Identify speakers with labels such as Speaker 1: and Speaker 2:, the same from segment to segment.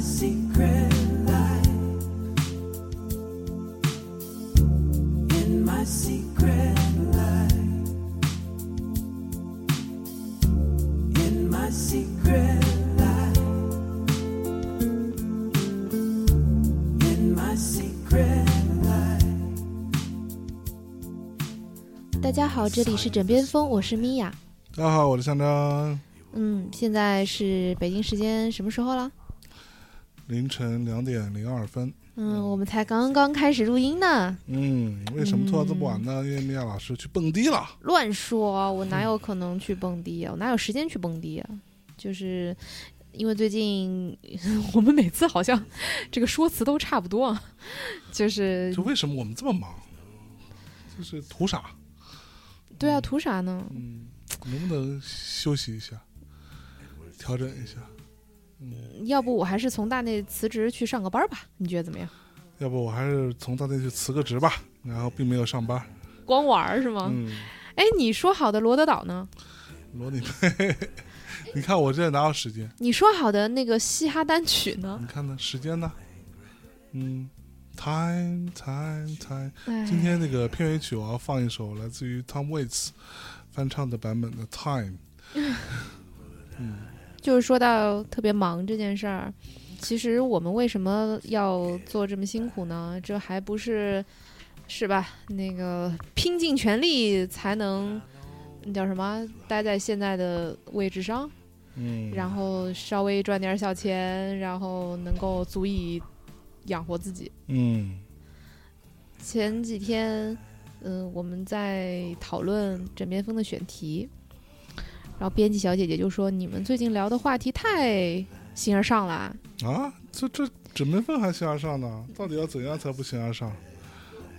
Speaker 1: secret life. In my secret life. In my secret life. In my secret life.
Speaker 2: 大家好，这里是枕边风，我是米娅。
Speaker 3: 大家好，我是象征。
Speaker 2: 嗯，现在是北京时间什么时候了？
Speaker 3: 凌晨两点零二分。
Speaker 2: 嗯，我们才刚刚开始录音呢。
Speaker 3: 嗯，为什么做到这么晚呢？因为米娅老师去蹦迪了。
Speaker 2: 乱说，我哪有可能去蹦迪啊？我哪有时间去蹦迪啊？就是因为最近我们每次好像这个说辞都差不多，啊， 就是
Speaker 3: 就为什么我们这么忙？就是图啥？
Speaker 2: 对啊，图啥呢？
Speaker 3: 嗯，能不能休息一下，调整一下？嗯
Speaker 2: 要不我还是从大内辞职去上个班吧？你觉得怎么样？
Speaker 3: 要不我还是从大内去辞个职吧。然后并没有上班。
Speaker 2: 光玩儿是吗？
Speaker 3: 嗯，
Speaker 2: 哎，你说好的罗德岛呢？
Speaker 3: 罗你妹， 你看我这哪有时间？
Speaker 2: 你说好的那个嘻哈单曲呢？
Speaker 3: 你看呢？时间呢？嗯，time time time。
Speaker 2: 哎，
Speaker 3: 今天那个片尾曲我要放一首来自于 Tom Waits 翻唱的版本的《Time》。
Speaker 2: 就是说到特别忙这件事儿，其实我们为什么要做这么辛苦呢？这还不是是吧？那个拼尽全力才能那叫什么？待在现在的位置上，
Speaker 3: 嗯，
Speaker 2: 然后稍微赚点小钱，然后能够足以养活自己。
Speaker 3: 嗯
Speaker 2: 前几天，嗯、我们在讨论枕边风的选题，然后编辑小姐姐就说：“你们最近聊的话题太形而上了啊，
Speaker 3: 啊，这这准备分还形而上呢？到底要怎样才不形而上？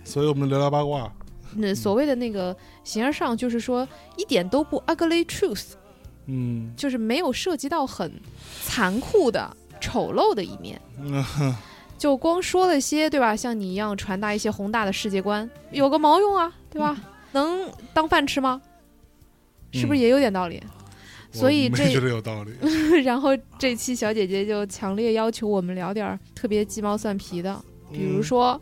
Speaker 3: 所以我们聊聊八卦。
Speaker 2: 那所谓的那个形而上，就是说一点都不 ugly truth，
Speaker 3: 嗯，
Speaker 2: 就是没有涉及到很残酷的、丑陋的一面。”
Speaker 3: 嗯
Speaker 2: 就光说了些，对吧？像你一样传达一些宏大的世界观，有个毛用啊，对吧？能当饭吃吗？是不是也有点道理？ 所以
Speaker 3: 我
Speaker 2: 这
Speaker 3: 没觉得有道理。
Speaker 2: 然后这期小姐姐就强烈要求我们聊点儿特别鸡毛蒜皮的，
Speaker 3: 嗯
Speaker 2: 比如说，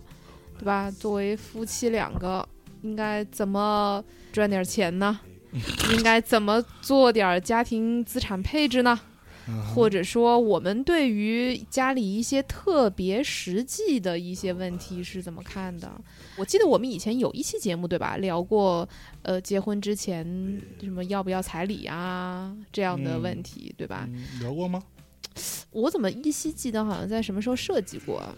Speaker 2: 对吧？作为夫妻两个，应该怎么赚点钱 呢？应该怎么做点儿家庭资产配置呢？
Speaker 3: 嗯，啊
Speaker 2: 或者说，我们对于家里一些特别实际的一些问题是怎么看的？我记得我们以前有一期节目，对吧？聊过，呃，结婚之前什么要不要彩礼啊这样的
Speaker 3: 嗯
Speaker 2: 问题，对吧？
Speaker 3: 嗯聊过吗？
Speaker 2: 我怎么依稀记得好像在什么时候涉及过啊？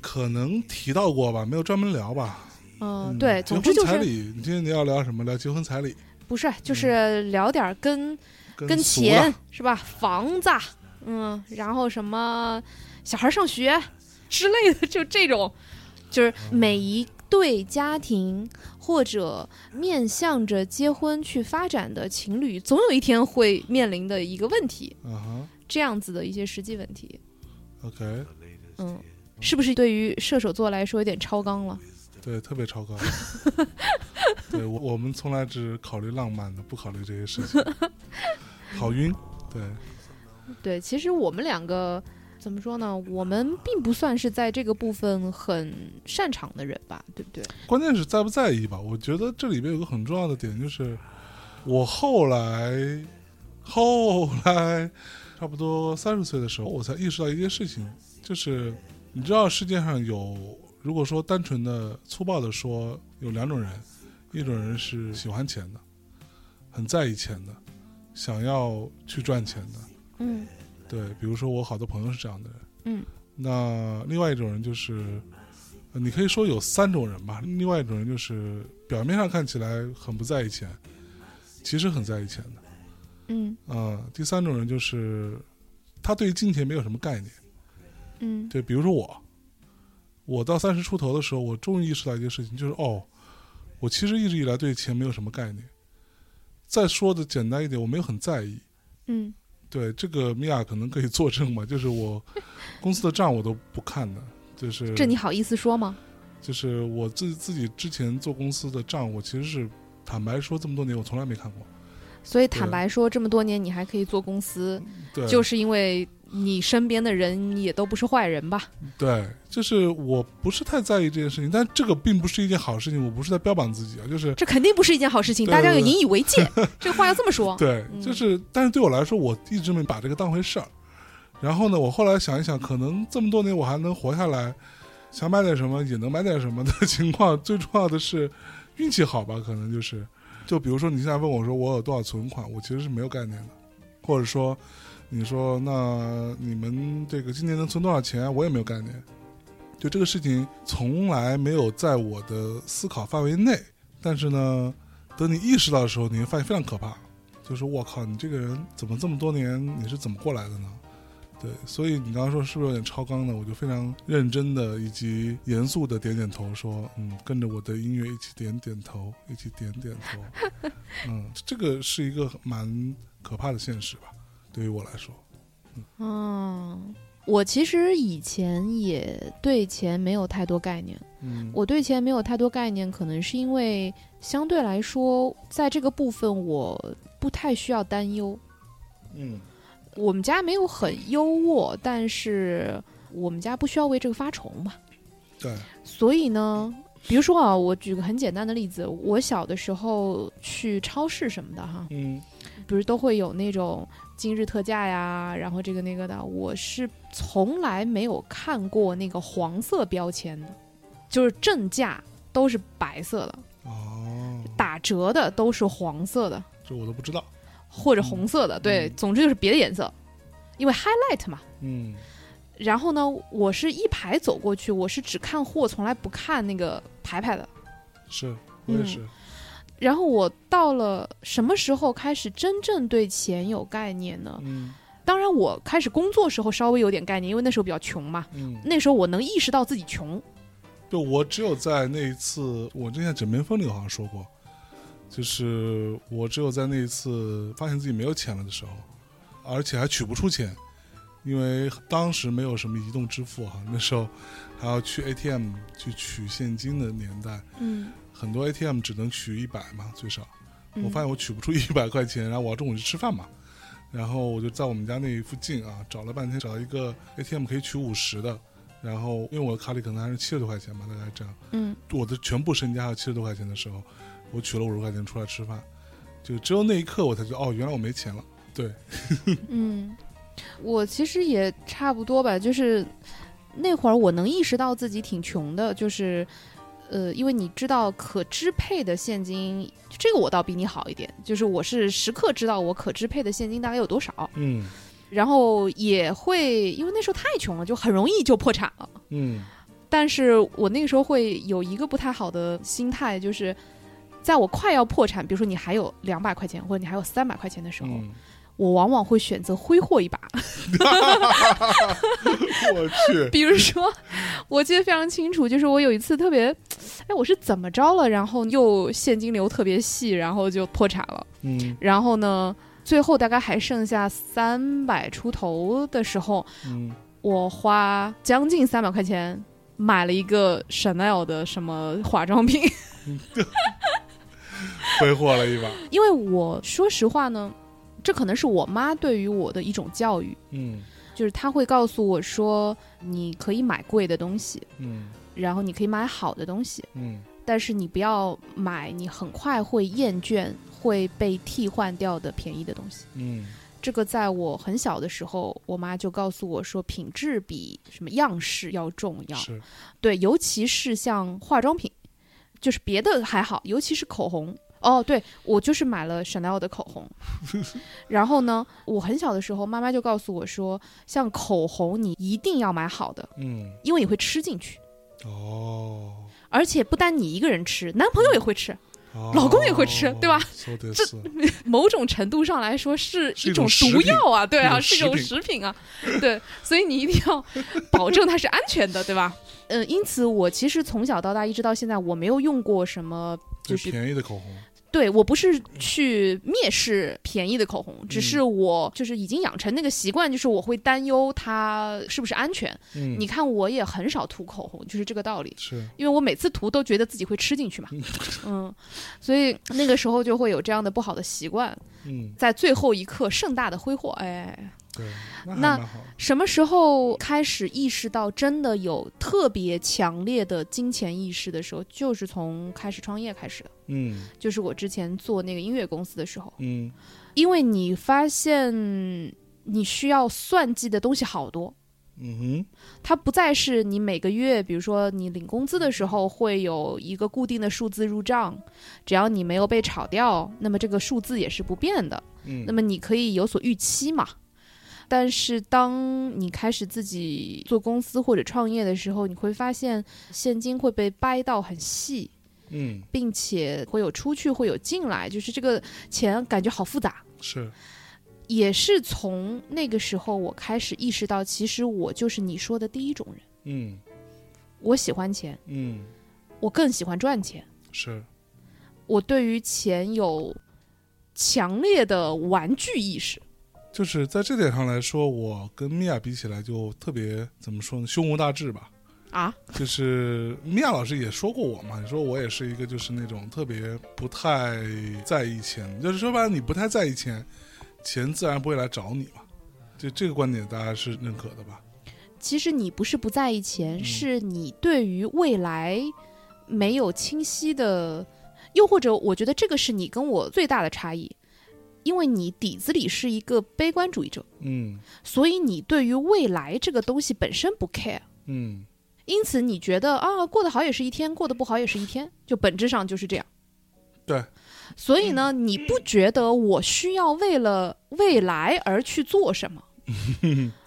Speaker 3: 可能提到过吧，没有专门聊吧。
Speaker 2: 嗯，
Speaker 3: 嗯
Speaker 2: 对，
Speaker 3: 结
Speaker 2: 总
Speaker 3: 婚
Speaker 2: 之就
Speaker 3: 彩
Speaker 2: 是
Speaker 3: 礼，你今天你要聊什么？聊结婚彩礼，
Speaker 2: 不是就是聊点儿跟
Speaker 3: 嗯跟
Speaker 2: 跟
Speaker 3: 俗
Speaker 2: 钱
Speaker 3: 的
Speaker 2: 是吧？房子，嗯，然后什么小孩上学之类的，就这种，就是
Speaker 3: 嗯
Speaker 2: 每一对家庭或者面向着结婚去发展的情侣，总有一天会面临的一个问题，
Speaker 3: 啊哈
Speaker 2: 这样子的一些实际问题，
Speaker 3: ，OK，
Speaker 2: 嗯，是不是对于射手座来说有点超纲了？
Speaker 3: 对，特别超高。对我，我们从来只考虑浪漫的，不考虑这些事情。好晕，对，
Speaker 2: 对，其实我们两个怎么说呢？我们并不算是在这个部分很擅长的人吧，对不对？
Speaker 3: 关键是在不在意吧？我觉得这里边有个很重要的点，就是我后来后来差不多三十岁的时候，我才意识到一件事情，就是你知道世界上有，如果说单纯的粗暴的说，有两种人，一种人是喜欢钱的，很在意钱的，想要去赚钱的，
Speaker 2: 嗯
Speaker 3: 对，比如说我好多朋友是这样的人，
Speaker 2: 嗯，
Speaker 3: 那另外一种人就是，呃你可以说有三种人吧。另外一种人就是表面上看起来很不在意钱，其实很在意钱的。
Speaker 2: 嗯
Speaker 3: 啊、第三种人就是他对金钱没有什么概念。
Speaker 2: 嗯
Speaker 3: 对，比如说我，我到三十出头的时候，我终于意识到一件事情，就是哦，我其实一直以来对钱没有什么概念。再说的简单一点，我没有很在意。
Speaker 2: 嗯
Speaker 3: 对，这个米娅可能可以作证吧，就 是我公司的账我都不看的，就是
Speaker 2: 这你好意思说吗？
Speaker 3: 就是我自自己之前做公司的账，我其实是坦白说这么多年我从来没看过，
Speaker 2: 所以坦白说，这么多年你还可以做公司，
Speaker 3: 啊对，啊
Speaker 2: 就是因为你身边的人也都不是坏人吧？
Speaker 3: 对，就是我不是太在意这件事情，但这个并不是一件好事情，我不是在标榜自己啊，就是
Speaker 2: 这肯定不是一件好事情，
Speaker 3: 对
Speaker 2: 大家要
Speaker 3: 对对
Speaker 2: 引以为 戒。这话要这么说，
Speaker 3: 对，啊
Speaker 2: 嗯
Speaker 3: 就是，但是对我来说，我一直没把这个当回事儿。然后呢，我后来想一想，可能这么多年我还能活下来，想买点什么也能买点什么的情况，最重要的是运气好吧，可能就是，就比如说你现在问我说我有多少存款，我其实是没有概念的，或者说你说那你们这个今年能存多少钱，我也没有概念，就这个事情从来没有在我的思考范围内，但是呢，等你意识到的时候，你会发现非常可怕。就是我靠，你这个人怎么这么多年你是怎么过来的呢？对，所以你刚刚说是不是有点超纲呢？我就非常认真的以及严肃的点点头，说嗯，跟着我的音乐一起点点头，一起点点头。 嗯，这个是一个蛮可怕的现实吧，对于我来说。
Speaker 2: 嗯，我其实以前也对钱没有太多概念。
Speaker 3: 嗯，
Speaker 2: 我对钱没有太多概念，可能是因为相对来说，在这个部分我不太需要担忧。
Speaker 3: 嗯
Speaker 2: 我们家没有很优渥，但是我们家不需要为这个发愁嘛。
Speaker 3: 对，
Speaker 2: 所以呢，比如说啊，我举个很简单的例子，我小的时候去超市什么的哈，
Speaker 3: 嗯
Speaker 2: 不是都会有那种今日特价呀，然后这个那个的，我是从来没有看过那个黄色标签的，就是正价都是白色的。
Speaker 3: 哦，
Speaker 2: 打折的都是黄色的
Speaker 3: 这我都不知道。
Speaker 2: 或者红色的，对，
Speaker 3: 嗯
Speaker 2: 总之就是别的颜色，因为 highlight 嘛。
Speaker 3: 嗯
Speaker 2: 然后呢，我是一排走过去，我是只看货，从来不看那个牌牌的。
Speaker 3: 是我也
Speaker 2: 嗯
Speaker 3: 是。
Speaker 2: 然后我到了什么时候开始真正对钱有概念呢？
Speaker 3: 嗯
Speaker 2: 当然，我开始工作时候稍微有点概念，因为那时候比较穷嘛。
Speaker 3: 嗯，
Speaker 2: 那时候我能意识到自己穷，
Speaker 3: 就我只有在那一次，我之前在枕边风里好像说过，就是我只有在那一次发现自己没有钱了的时候，而且还取不出钱，因为当时没有什么移动支付哈、那时候还要去 ATM 去取现金的年代，
Speaker 2: 嗯，
Speaker 3: 很多 ATM 只能取一百嘛最少。
Speaker 2: 嗯
Speaker 3: 我发现我取不出一 百块钱，然后我要中午去吃饭嘛，然后我就在我们家那附近啊找了半天，找一个 ATM 可以取五十的，然后因为我的卡里可能还是七十多块钱吧，大概这样，
Speaker 2: 嗯，
Speaker 3: 我的全部身家还有七十多块钱的时候，我取了五十块钱出来吃饭，就只有那一刻我才知道哦，原来我没钱了，对，
Speaker 2: 嗯，我其实也差不多吧，就是那会儿我能意识到自己挺穷的，就是呃，因为你知道可支配的现金，这个我倒比你好一点，就是我是时刻知道我可支配的现金大概有多少，
Speaker 3: 嗯
Speaker 2: 然后也会因为那时候太穷了，就很容易就破产了。
Speaker 3: 嗯
Speaker 2: 但是我那个时候会有一个不太好的心态，就是在我快要破产，比如说你还有两百块钱或者你还有三百块钱的时候，
Speaker 3: 嗯，
Speaker 2: 我往往会选择挥霍一把。
Speaker 3: 我去，
Speaker 2: 比如说，我记得非常清楚，就是我有一次特别，哎，我是怎么着了？然后又现金流特别细，然后就破产了。
Speaker 3: 嗯
Speaker 2: 然后呢，最后大概还剩下三百出头的时候，
Speaker 3: 嗯
Speaker 2: 我花将近三百块钱买了一个 Chanel 的什么化妆品，
Speaker 3: 挥霍了一把，
Speaker 2: 因为我说实话呢，这可能是我妈对于我的一种教育，
Speaker 3: 嗯
Speaker 2: 就是她会告诉我说，你可以买贵的东西，
Speaker 3: 嗯
Speaker 2: 然后你可以买好的东西。
Speaker 3: 嗯
Speaker 2: 但是你不要买你很快会厌倦、会被替换掉的便宜的东西。
Speaker 3: 嗯
Speaker 2: 这个在我很小的时候，我妈就告诉我说，品质比什么样式要重要。
Speaker 3: 是，
Speaker 2: 对，尤其是像化妆品，就是别的还好，尤其是口红。哦，对，我就是买了 Chanel 的口红，然后呢，我很小的时候，妈妈就告诉我说，像口红你一定要买好的，
Speaker 3: 嗯
Speaker 2: 因为你会吃进去，
Speaker 3: 哦。
Speaker 2: 而且不单你一个人吃，男朋友也会吃。
Speaker 3: 哦
Speaker 2: 老公也会吃对吧？
Speaker 3: 说的
Speaker 2: 这
Speaker 3: 是，
Speaker 2: 某种程度上来说是
Speaker 3: 是
Speaker 2: 一
Speaker 3: 一种食
Speaker 2: 毒
Speaker 3: 品
Speaker 2: 药啊，对啊，
Speaker 3: 一种
Speaker 2: 是一种食品啊，对，所以你一定要保证它是安全的，对 吧？呃，因此我其实从小到大一直到现在，我没有用过什么，
Speaker 3: 最
Speaker 2: 就是
Speaker 3: 便宜的口红，
Speaker 2: 对我不是去蔑视便宜的口
Speaker 3: 嗯
Speaker 2: 红，只是我就是已经养成那个习惯，就是我会担忧它是不是安全。
Speaker 3: 嗯，
Speaker 2: 你看我也很少涂口红，就是这个道理。
Speaker 3: 是
Speaker 2: 因为我每次涂都觉得自己会吃进 去嘛，嗯，所以那个时候就会有这样的不好的习惯，
Speaker 3: 嗯，
Speaker 2: 在最后一刻盛大的挥霍。哎，
Speaker 3: 对，那还
Speaker 2: 那
Speaker 3: 蛮好的。
Speaker 2: 什么时候开始意识到真的有特别强烈的金钱意识的时候，就是从开始创业开始的，
Speaker 3: 嗯
Speaker 2: 就是我之前做那个音乐公司的时候，
Speaker 3: 嗯
Speaker 2: 因为你发现你需要算计的东西好多，
Speaker 3: 嗯哼
Speaker 2: 它不再是你每个月，比如说你领工资的时候会有一个固定的数字入账，只要你没有被炒掉，那么这个数字也是不变的，
Speaker 3: 嗯，
Speaker 2: 那么你可以有所预期嘛。但是当你开始自己做公司或者创业的时候，你会发现现金会被掰到很细，
Speaker 3: 嗯
Speaker 2: 并且会有出去，会有进来，就是这个钱感觉好复杂。
Speaker 3: 是
Speaker 2: 也是从那个时候，我开始意识到，其实我就是你说的第一种人。
Speaker 3: 嗯
Speaker 2: 我喜欢钱，
Speaker 3: 嗯
Speaker 2: 我更喜欢赚钱。
Speaker 3: 是
Speaker 2: 我对于钱有强烈的玩具意识。
Speaker 3: 就是在这点上来说，我跟米娅比起来就特别怎么说呢，胸无大志吧。
Speaker 2: 啊，
Speaker 3: 就是米娅老师也说过我嘛，你说我也是一个就是那种特别不太在意钱，就是说白了你不太在意钱，钱自然不会来找你嘛。就这个观点大家是认可的吧？
Speaker 2: 其实你不是不在意钱，
Speaker 3: 嗯
Speaker 2: 是你对于未来没有清晰的，又或者我觉得这个是你跟我最大的差异，因为你底子里是一个悲观主义者，
Speaker 3: 嗯
Speaker 2: 所以你对于未来这个东西本身不 care。
Speaker 3: 嗯
Speaker 2: 因此，你觉得啊，过得好也是一天，过得不好也是一天，就本质上就是这样。
Speaker 3: 对。
Speaker 2: 所以呢，你不觉得我需要为了未来而去做什么？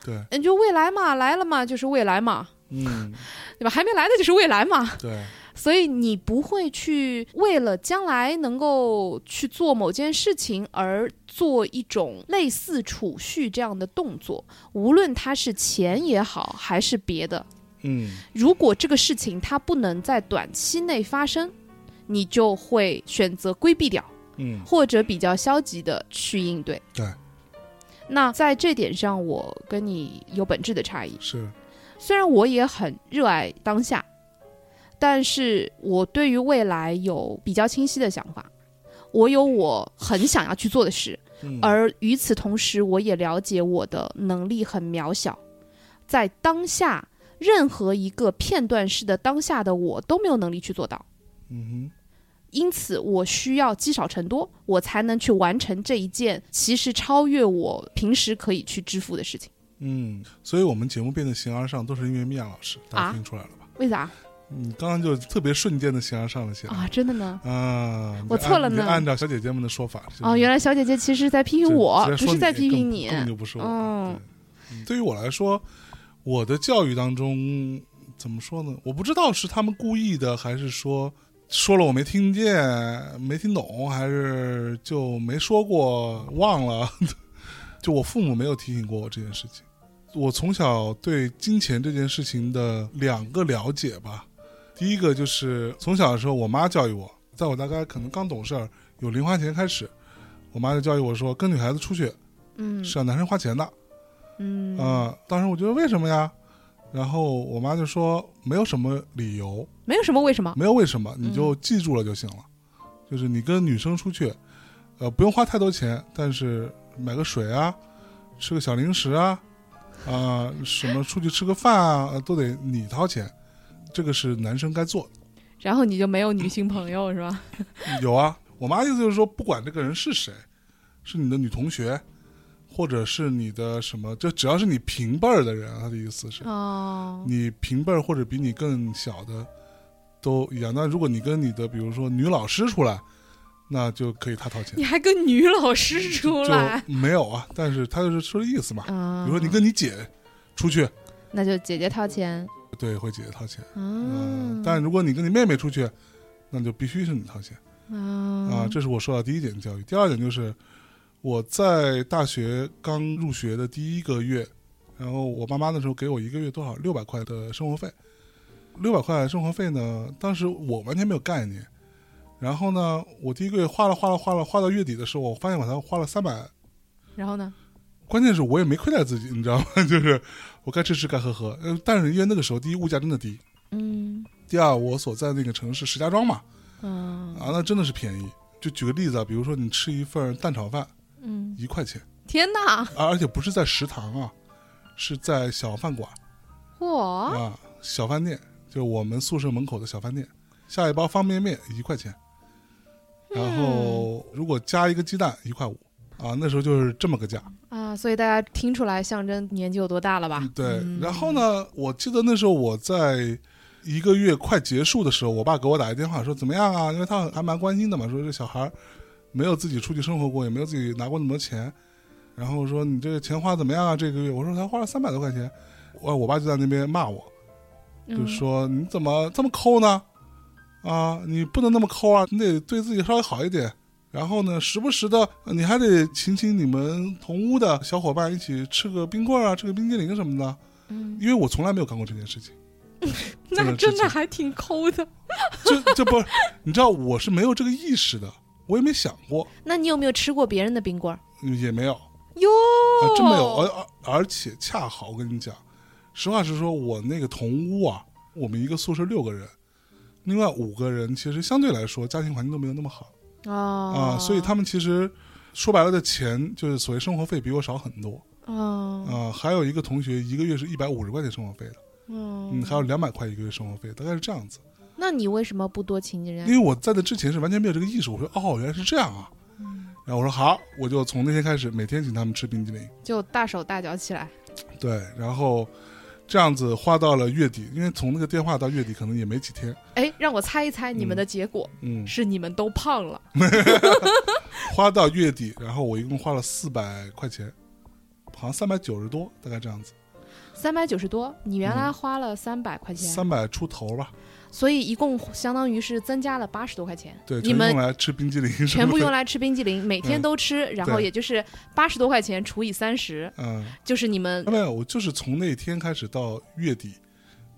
Speaker 3: 对，
Speaker 2: 嗯，就未来嘛，来了嘛，就是未来嘛，
Speaker 3: 嗯
Speaker 2: 对吧？还没来的就是未来嘛。
Speaker 3: 对，
Speaker 2: 所以你不会去为了将来能够去做某件事情而做一种类似储蓄这样的动作，无论它是钱也好，还是别的。
Speaker 3: 嗯
Speaker 2: 如果这个事情它不能在短期内发生，你就会选择规避掉，
Speaker 3: 嗯
Speaker 2: 或者比较消极的去应对。
Speaker 3: 对。
Speaker 2: 那在这点上，我跟你有本质的差异。
Speaker 3: 是
Speaker 2: 虽然我也很热爱当下，但是我对于未来有比较清晰的想法，我有我很想要去做的事，
Speaker 3: 嗯
Speaker 2: 而与此同时，我也了解我的能力很渺小，在当下任何一个片段式的当下的我都没有能力去做到，
Speaker 3: 嗯
Speaker 2: 因此我需要积少成多，我才能去完成这一件其实超越我平时可以去支付的事情。
Speaker 3: 哼嗯，所以我们节目变得形而上，都是因为米娅老师，大家听出来了吧？
Speaker 2: 为啥
Speaker 3: 你嗯刚刚就特别瞬间的形而上了起来
Speaker 2: 啊？真的呢？
Speaker 3: 啊！你
Speaker 2: 我
Speaker 3: 就
Speaker 2: 错
Speaker 3: 按
Speaker 2: 了
Speaker 3: 你就
Speaker 2: 呢
Speaker 3: 按照小姐姐们的说法
Speaker 2: 哦，原来小姐姐其实在批评我，
Speaker 3: 直接
Speaker 2: 不
Speaker 3: 说
Speaker 2: 是在批评你
Speaker 3: 根本根本就不是我。
Speaker 2: 嗯
Speaker 3: 对，对于我来说，我的教育当中怎么说呢？我不知道是他们故意的，还是说说了我没听见、没听懂，还是就没说过忘了。 就我父母没有提醒过我这件事情。我从小对金钱这件事情的两个了解吧，第一个就是从小的时候，我妈教育我，在我大概可能刚懂事儿有零花钱开始，我妈就教育我说，跟女孩子出去
Speaker 2: 嗯
Speaker 3: 是要男生花钱的啊、
Speaker 2: 嗯
Speaker 3: 当时我觉得为什么呀？然后我妈就说没有什么理由，
Speaker 2: 没有什么为什么，
Speaker 3: 没有为什么，你就记住了就行了。就是你跟女生出去，呃，不用花太多钱，但是买个水啊，吃个小零食啊，啊、什么出去吃个饭啊， 呃都得你掏钱，这个是男生该做的。
Speaker 2: 然后你就没有女性朋友是吧？
Speaker 3: 有啊，我妈意思就是说，不管这个人是谁，是你的女同学，或者是你的什么，就只要是你平辈儿的人，啊她的意思是，
Speaker 2: 哦，
Speaker 3: 你平辈儿或者比你更小的都一样。那如果你跟你的，比如说女老师出来，那就可以她掏钱
Speaker 2: 你，还跟女老师出来
Speaker 3: 嗯就没有啊。但是她就是说的意思嘛，比
Speaker 2: 啊
Speaker 3: 如说你跟你姐出去，
Speaker 2: 那就姐姐掏钱
Speaker 3: 对，会姐姐掏钱。
Speaker 2: 啊
Speaker 3: 嗯，但如果你跟你妹妹出去，那就必须是你掏钱。啊
Speaker 2: 啊，
Speaker 3: 这是我受到第一点教育。第二点就是我在大学刚入学的第一个月，然后我爸妈那时候给我一个月多少六百块的生活费，六百块生活费呢，当时我完全没有概念。然后呢，我第一个月花了花了花了花到月底的时候，我发现我才花了三百，
Speaker 2: 然后呢？
Speaker 3: 关键是我也没亏待自己，你知道吗？ 就是我该吃吃该喝喝，呃但是因为那个时候第一物价真的低，
Speaker 2: 嗯
Speaker 3: 第二我所在那个城市石家庄嘛，
Speaker 2: 嗯
Speaker 3: 啊那真的是便宜。就举个例子啊，比如说你吃一份蛋炒饭
Speaker 2: 嗯，
Speaker 3: 一块钱，
Speaker 2: 天哪，
Speaker 3: 啊而且不是在食堂啊，是在小饭馆
Speaker 2: 哇，
Speaker 3: 啊小饭店，就我们宿舍门口的小饭店。下一包方便面一块钱，然后如果加一个鸡蛋一块五，啊那时候就是这么个价。
Speaker 2: 啊，所以大家听出来象征年纪有多大了吧
Speaker 3: 嗯？对，然后呢，我记得那时候我在一个月快结束的时候，我爸给我打一电话说怎么样啊？因为他还蛮关心的嘛，说这小孩儿没有自己出去生活过，也没有自己拿过那么多钱，然后说你这个钱花怎么样啊？这个月我说才花了三百多块钱，我我爸就在那边骂我，
Speaker 2: 嗯
Speaker 3: 就说你怎么这么抠呢？啊，你不能那么抠啊，你得对自己稍微好一点。然后呢，时不时的你还得请请你们同屋的小伙伴一起吃个冰棍儿啊，吃个冰激凌什么的。
Speaker 2: 嗯，
Speaker 3: 因为我从来没有干过这件事情，这
Speaker 2: 那
Speaker 3: 个
Speaker 2: 真
Speaker 3: 事
Speaker 2: 的
Speaker 3: 情
Speaker 2: 还挺抠的。
Speaker 3: 这这不，你知道我是没有这个意识的，我也没想过，
Speaker 2: 那你有没有吃过别人的冰棍儿？
Speaker 3: 也没有，
Speaker 2: 哟、
Speaker 3: 啊，真没有。而而而且恰好我跟你讲，实话实说，我那个同屋啊，我们一个宿舍六个人，另外五个人其实相对来说家庭环境都没有那么好。
Speaker 2: 啊
Speaker 3: 啊，所以他们其实说白了的钱就是所谓生活费比我少很多
Speaker 2: 啊
Speaker 3: 啊。还有一个同学一个月是一百五十块钱生活费的，嗯，
Speaker 2: 嗯，
Speaker 3: 还有两百块一个月生活费，大概是这样子。
Speaker 2: 那你为什么不多请人
Speaker 3: 因？为我在这之前是完全没有这个意识，我说哦，原来是这样啊。然后我说好，我就从那天开始每天请他们吃冰激凌，
Speaker 2: 就大手大脚起来。
Speaker 3: 对，然后这样子花到了月底，因为从那个电话到月底可能也没几天，
Speaker 2: 哎，让我猜一猜你们的结果、
Speaker 3: 嗯，
Speaker 2: 是你们都胖了，
Speaker 3: 花到月底，然后我一共花了四百块钱，好像三百九十多，大概这样子，
Speaker 2: 三百九十多，你原来花了三百块钱，
Speaker 3: 三百出头吧。
Speaker 2: 所以一共相当于是增加了八十多块钱。
Speaker 3: 对，
Speaker 2: 你
Speaker 3: 全
Speaker 2: 们
Speaker 3: 用来吃冰激凌什么的，
Speaker 2: 全部用来吃冰激凌，每天都吃，然后
Speaker 3: 对
Speaker 2: 也就是八十多块钱除以三十，
Speaker 3: 嗯，
Speaker 2: 就是你们
Speaker 3: 没有，我就是从那天开始到月底，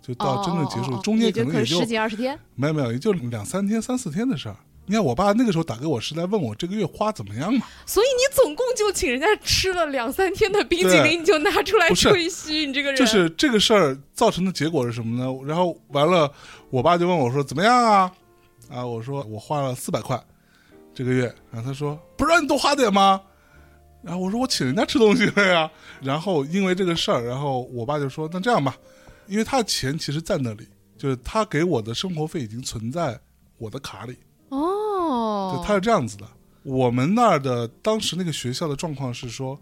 Speaker 3: 就
Speaker 2: 哦
Speaker 3: 到真正结束，
Speaker 2: 哦哦哦
Speaker 3: 中间
Speaker 2: 也就
Speaker 3: 能也就
Speaker 2: 十几二十天。
Speaker 3: 没有没有，也就两三天、三四天的事儿。你看我爸那个时候打给我是来问我这个月花怎么样嘛？
Speaker 2: 所以你总共就请人家吃了两三天的冰激
Speaker 3: 对
Speaker 2: 凌，你就拿出来
Speaker 3: 不是
Speaker 2: 吹嘘，你这个人
Speaker 3: 就是这个事儿造成的结果是什么呢？然后完了，我爸就问我说怎么样啊？啊，我说我花了四百块这个月，然后他说不是让你多花点吗？然后我说我请人家吃东西了呀。然后因为这个事儿，然后我爸就说那这样吧，因为他的钱其实在那里，就是他给我的生活费已经存在我的卡里，
Speaker 2: 哦
Speaker 3: 就，他是这样子的。我们那儿的当时那个学校的状况是说，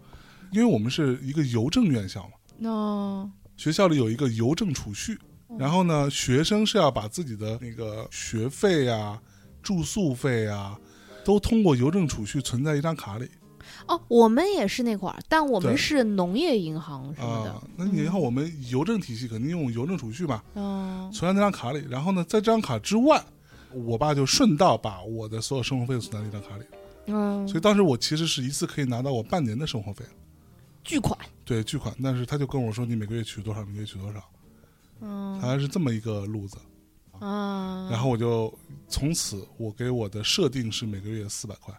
Speaker 3: 因为我们是一个邮政院校嘛。
Speaker 2: 哦，
Speaker 3: 学校里有一个邮政储蓄，
Speaker 2: 嗯
Speaker 3: 然后呢，学生是要把自己的那个学费啊、住宿费啊，都通过邮政储蓄存在一张卡里
Speaker 2: 哦，我们也是那会儿，但我们
Speaker 3: 对
Speaker 2: 是农业银行什么
Speaker 3: 啊
Speaker 2: 的。。
Speaker 3: 那你看，我们邮政体系肯定用邮政储蓄嘛，
Speaker 2: 嗯，
Speaker 3: 存在那张卡里。然后呢，在这张卡之外，我爸就顺道把我的所有生活费存在那张卡里，
Speaker 2: 嗯
Speaker 3: 所以当时我其实是一次可以拿到我半年的生活费，
Speaker 2: 巨款。
Speaker 3: 对巨款。但是他就跟我说，你每个月取多少，每个月取多少，
Speaker 2: 嗯
Speaker 3: 大概是这么一个路子。
Speaker 2: 啊，
Speaker 3: 然后我就从此我给我的设定是每个月四百块，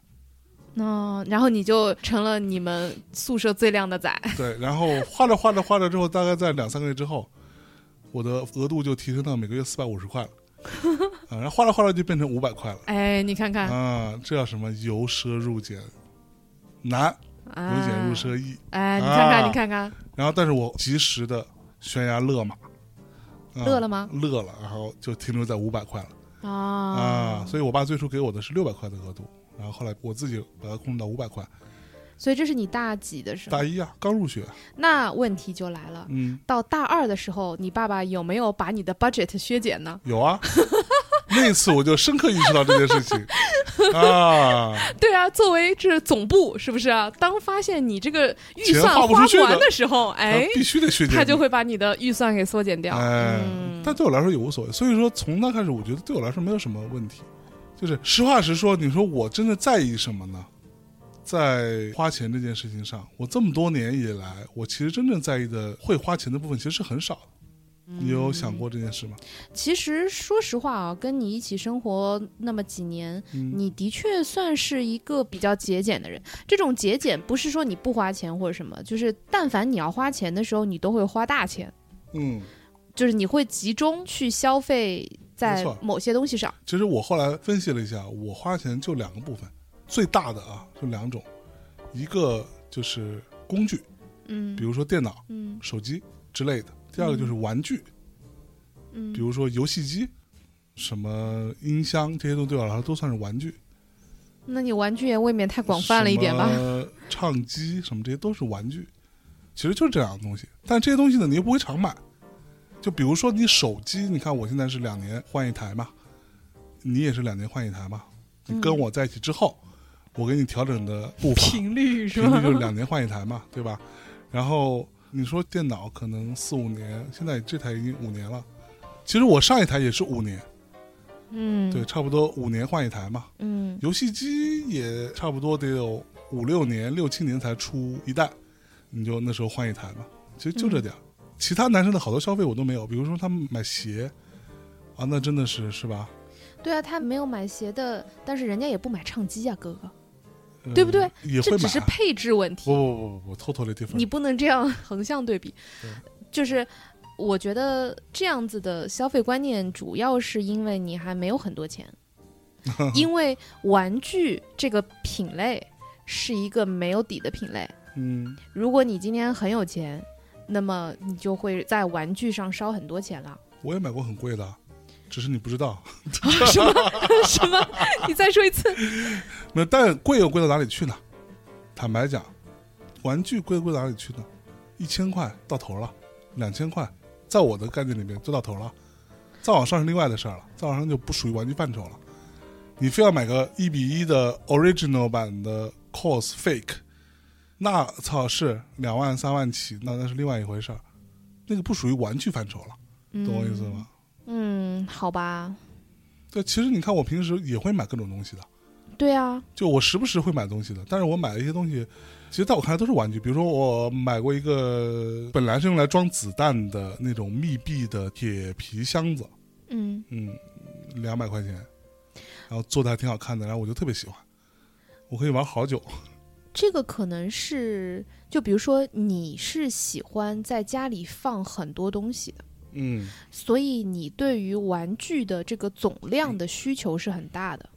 Speaker 2: 嗯，然后你就成了你们宿舍最靓的仔。
Speaker 3: 对，然后花着花着花着之后，大概在两三个月之后，我的额度就提升到每个月四百五十 块了，啊，然后花着花着就变成五百块了，
Speaker 2: 哎，你看看，
Speaker 3: 啊，这叫什么由奢入俭难，由
Speaker 2: 啊
Speaker 3: 俭入奢易，
Speaker 2: 哎，你看看，
Speaker 3: 啊
Speaker 2: 你看看，
Speaker 3: 然后但是我及时的悬崖勒马，啊
Speaker 2: 乐了吗？
Speaker 3: 乐了，然后就停留在五百块了。啊，
Speaker 2: 啊，
Speaker 3: 所以我爸最初给我的是六百块的额度，然后后来我自己把它控制到五百块。
Speaker 2: 所以这是你大几的时候
Speaker 3: 大？一啊，刚入学，
Speaker 2: 那问题就来了。
Speaker 3: 嗯，
Speaker 2: 到大二的时候，你爸爸有没有把你的 budget 削减呢？
Speaker 3: 有啊， 那次我就深刻意识到这件事 情啊，
Speaker 2: 对啊，作为这总部是不是啊？当发现你这个预
Speaker 3: 钱
Speaker 2: 算
Speaker 3: 花不出去
Speaker 2: 完
Speaker 3: 了
Speaker 2: 的时候，哎
Speaker 3: 他，必须得削减你，
Speaker 2: 他就会把你的预算给缩减掉。
Speaker 3: 哎，
Speaker 2: 嗯
Speaker 3: 但对我来说也无所谓。所以说，从那开始，我觉得对我来说没有什么问题。就是实话实说，你说我真的在意什么呢？在花钱这件事情上，我这么多年以来，我其实真正在意的会花钱的部分其实是很少的。你有想过这件事吗？
Speaker 2: 其实说实话啊，跟你一起生活那么几年，
Speaker 3: 嗯，
Speaker 2: 你的确算是一个比较节俭的人。这种节俭不是说你不花钱或者什么，就是但凡你要花钱的时候，你都会花大钱，
Speaker 3: 嗯，
Speaker 2: 就是你会集中去消费
Speaker 3: 没
Speaker 2: 在
Speaker 3: 错
Speaker 2: 某些东西上。
Speaker 3: 其实我后来分析了一下，我花钱就两个部分，最大的啊就两种，一个就是工具，
Speaker 2: 嗯
Speaker 3: 比如说电脑、
Speaker 2: 嗯
Speaker 3: 手机之类的；第二个就是玩具，
Speaker 2: 嗯
Speaker 3: 比如说游戏机、什么音箱这些东西对我来说都算是玩具。
Speaker 2: 那你玩具也未免太广泛了一点吧？
Speaker 3: 什么唱机什么这些都是玩具，其实就是这两个东西。但这些东西呢，你又不会常买。就比如说你手机，你看我现在是两年换一台嘛，你也是两年换一台嘛。你跟我在一起之后，我给你调整的步 伐
Speaker 4: 频率是
Speaker 3: 频率
Speaker 4: 吧？
Speaker 3: 就是两年换一台嘛，对吧？然后你说电脑可能四五年，现在这台已经五年了。其实我上一台也是五年，
Speaker 2: 嗯，
Speaker 3: 对，，差不多五年换一台嘛。
Speaker 2: 嗯
Speaker 3: 游戏机也差不多得有五六年、六七年才出一代，你就那时候换一台嘛，其实就这
Speaker 2: 嗯
Speaker 3: 点儿。其他男生的好多消费我都没有，比如说他们买鞋啊，那真的是是吧？
Speaker 2: 对啊，他没有买鞋的，但是人家也不买唱机呀、啊哥哥，
Speaker 3: 呃
Speaker 2: 对不对？
Speaker 3: 也会
Speaker 2: 这
Speaker 3: 买。
Speaker 2: 只是配置问题。
Speaker 3: 不不不不不，totally different。
Speaker 2: 你不能这样 横向对比
Speaker 3: 对，
Speaker 2: 就是我觉得这样子的消费观念，主要是因为你还没有很多钱， 因为玩具这个品类是一个没有底的品类。
Speaker 3: 嗯
Speaker 2: 如果你今天很有钱，那么你就会在玩具上烧很多钱了。
Speaker 3: 我也买过很贵的，只是你不知道。
Speaker 2: 什么 什么？你再说一次？
Speaker 3: 没有，但贵又贵到哪里去呢？坦白讲，玩具贵贵到哪里去呢？一千块到头了，两千块，在我的概念里面就到头了，再往上是另外的事儿了，再往上就不属于玩具范畴了。你非要买个一比一的 original 版的 cos fake，那操是两万三万起，那那是另外一回事儿，那个不属于玩具范畴了，懂我意思吗？
Speaker 2: 嗯，好吧。
Speaker 3: 对，其实你看我平时也会买各种东西的。
Speaker 2: 对啊，
Speaker 3: 就我时不时会买东西的，但是我买的一些东西，其实在我看来都是玩具。比如说，我买过一个本来是用来装子弹的那种密闭的铁皮箱子，
Speaker 2: 嗯，
Speaker 3: 嗯，两百块钱，然后做的还挺好看的，然后我就特别喜欢，我可以玩好久。
Speaker 2: 这个可能是，就比如说你是喜欢在家里放很多东西的，
Speaker 3: 嗯，
Speaker 2: 所以你对于玩具的这个总量的需求是很大 的，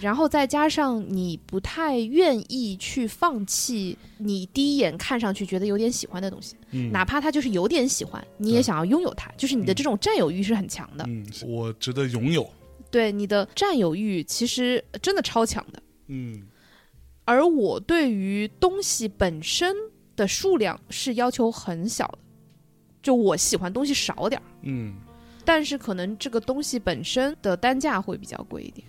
Speaker 2: 然后再加上你不太愿意去放弃你第一眼看上去觉得有点喜欢的东西，
Speaker 3: 嗯
Speaker 2: 哪怕它就是有点喜欢，你也
Speaker 3: 对
Speaker 2: 想要拥有它，就是你的这种占有欲是很强的，
Speaker 3: 嗯，我值得拥有。
Speaker 2: 对你的占有欲其实真的超强的。
Speaker 3: 嗯
Speaker 2: 而我对于东西本身的数量是要求很小的，就我喜欢东西少点儿，
Speaker 3: 嗯，
Speaker 2: 但是可能这个东西本身的单价会比较贵一点。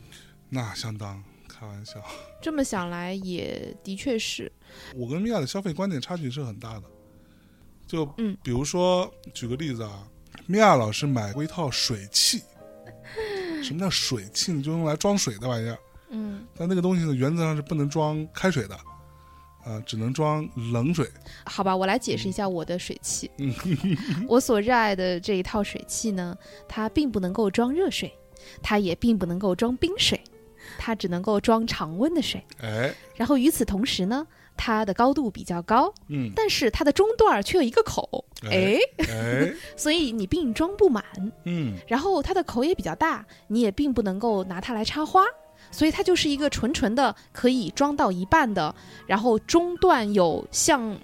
Speaker 3: 那相当开玩笑。
Speaker 2: 这么想来，也的确是，
Speaker 3: 我跟米娅的消费观点差距是很大的。就
Speaker 2: 嗯
Speaker 3: 比如说，举个例子啊，米娅老师买过一套水器。什么叫水器呢？就用来装水的玩意儿。
Speaker 2: 嗯，
Speaker 3: 但那个东西呢，原则上是不能装开水的，啊、只能装冷水。
Speaker 2: 好吧，我来解释一下我的水器
Speaker 3: 嗯。
Speaker 2: 我所热爱的这一套水器呢，它并不能够装热水，它也并不能够装冰水，它只能够装常温的水。
Speaker 3: 哎，
Speaker 2: 然后与此同时呢，它的高度比较高，
Speaker 3: 嗯，
Speaker 2: 但是它的中段儿却有一个口，
Speaker 3: 哎
Speaker 2: 哎，
Speaker 3: 哎，
Speaker 2: 所以你并装不满。
Speaker 3: 嗯，
Speaker 2: 然后它的口也比较大，你也并不能够拿它来插花，所以它就是一个纯纯的可以装到一半的，然后中段有像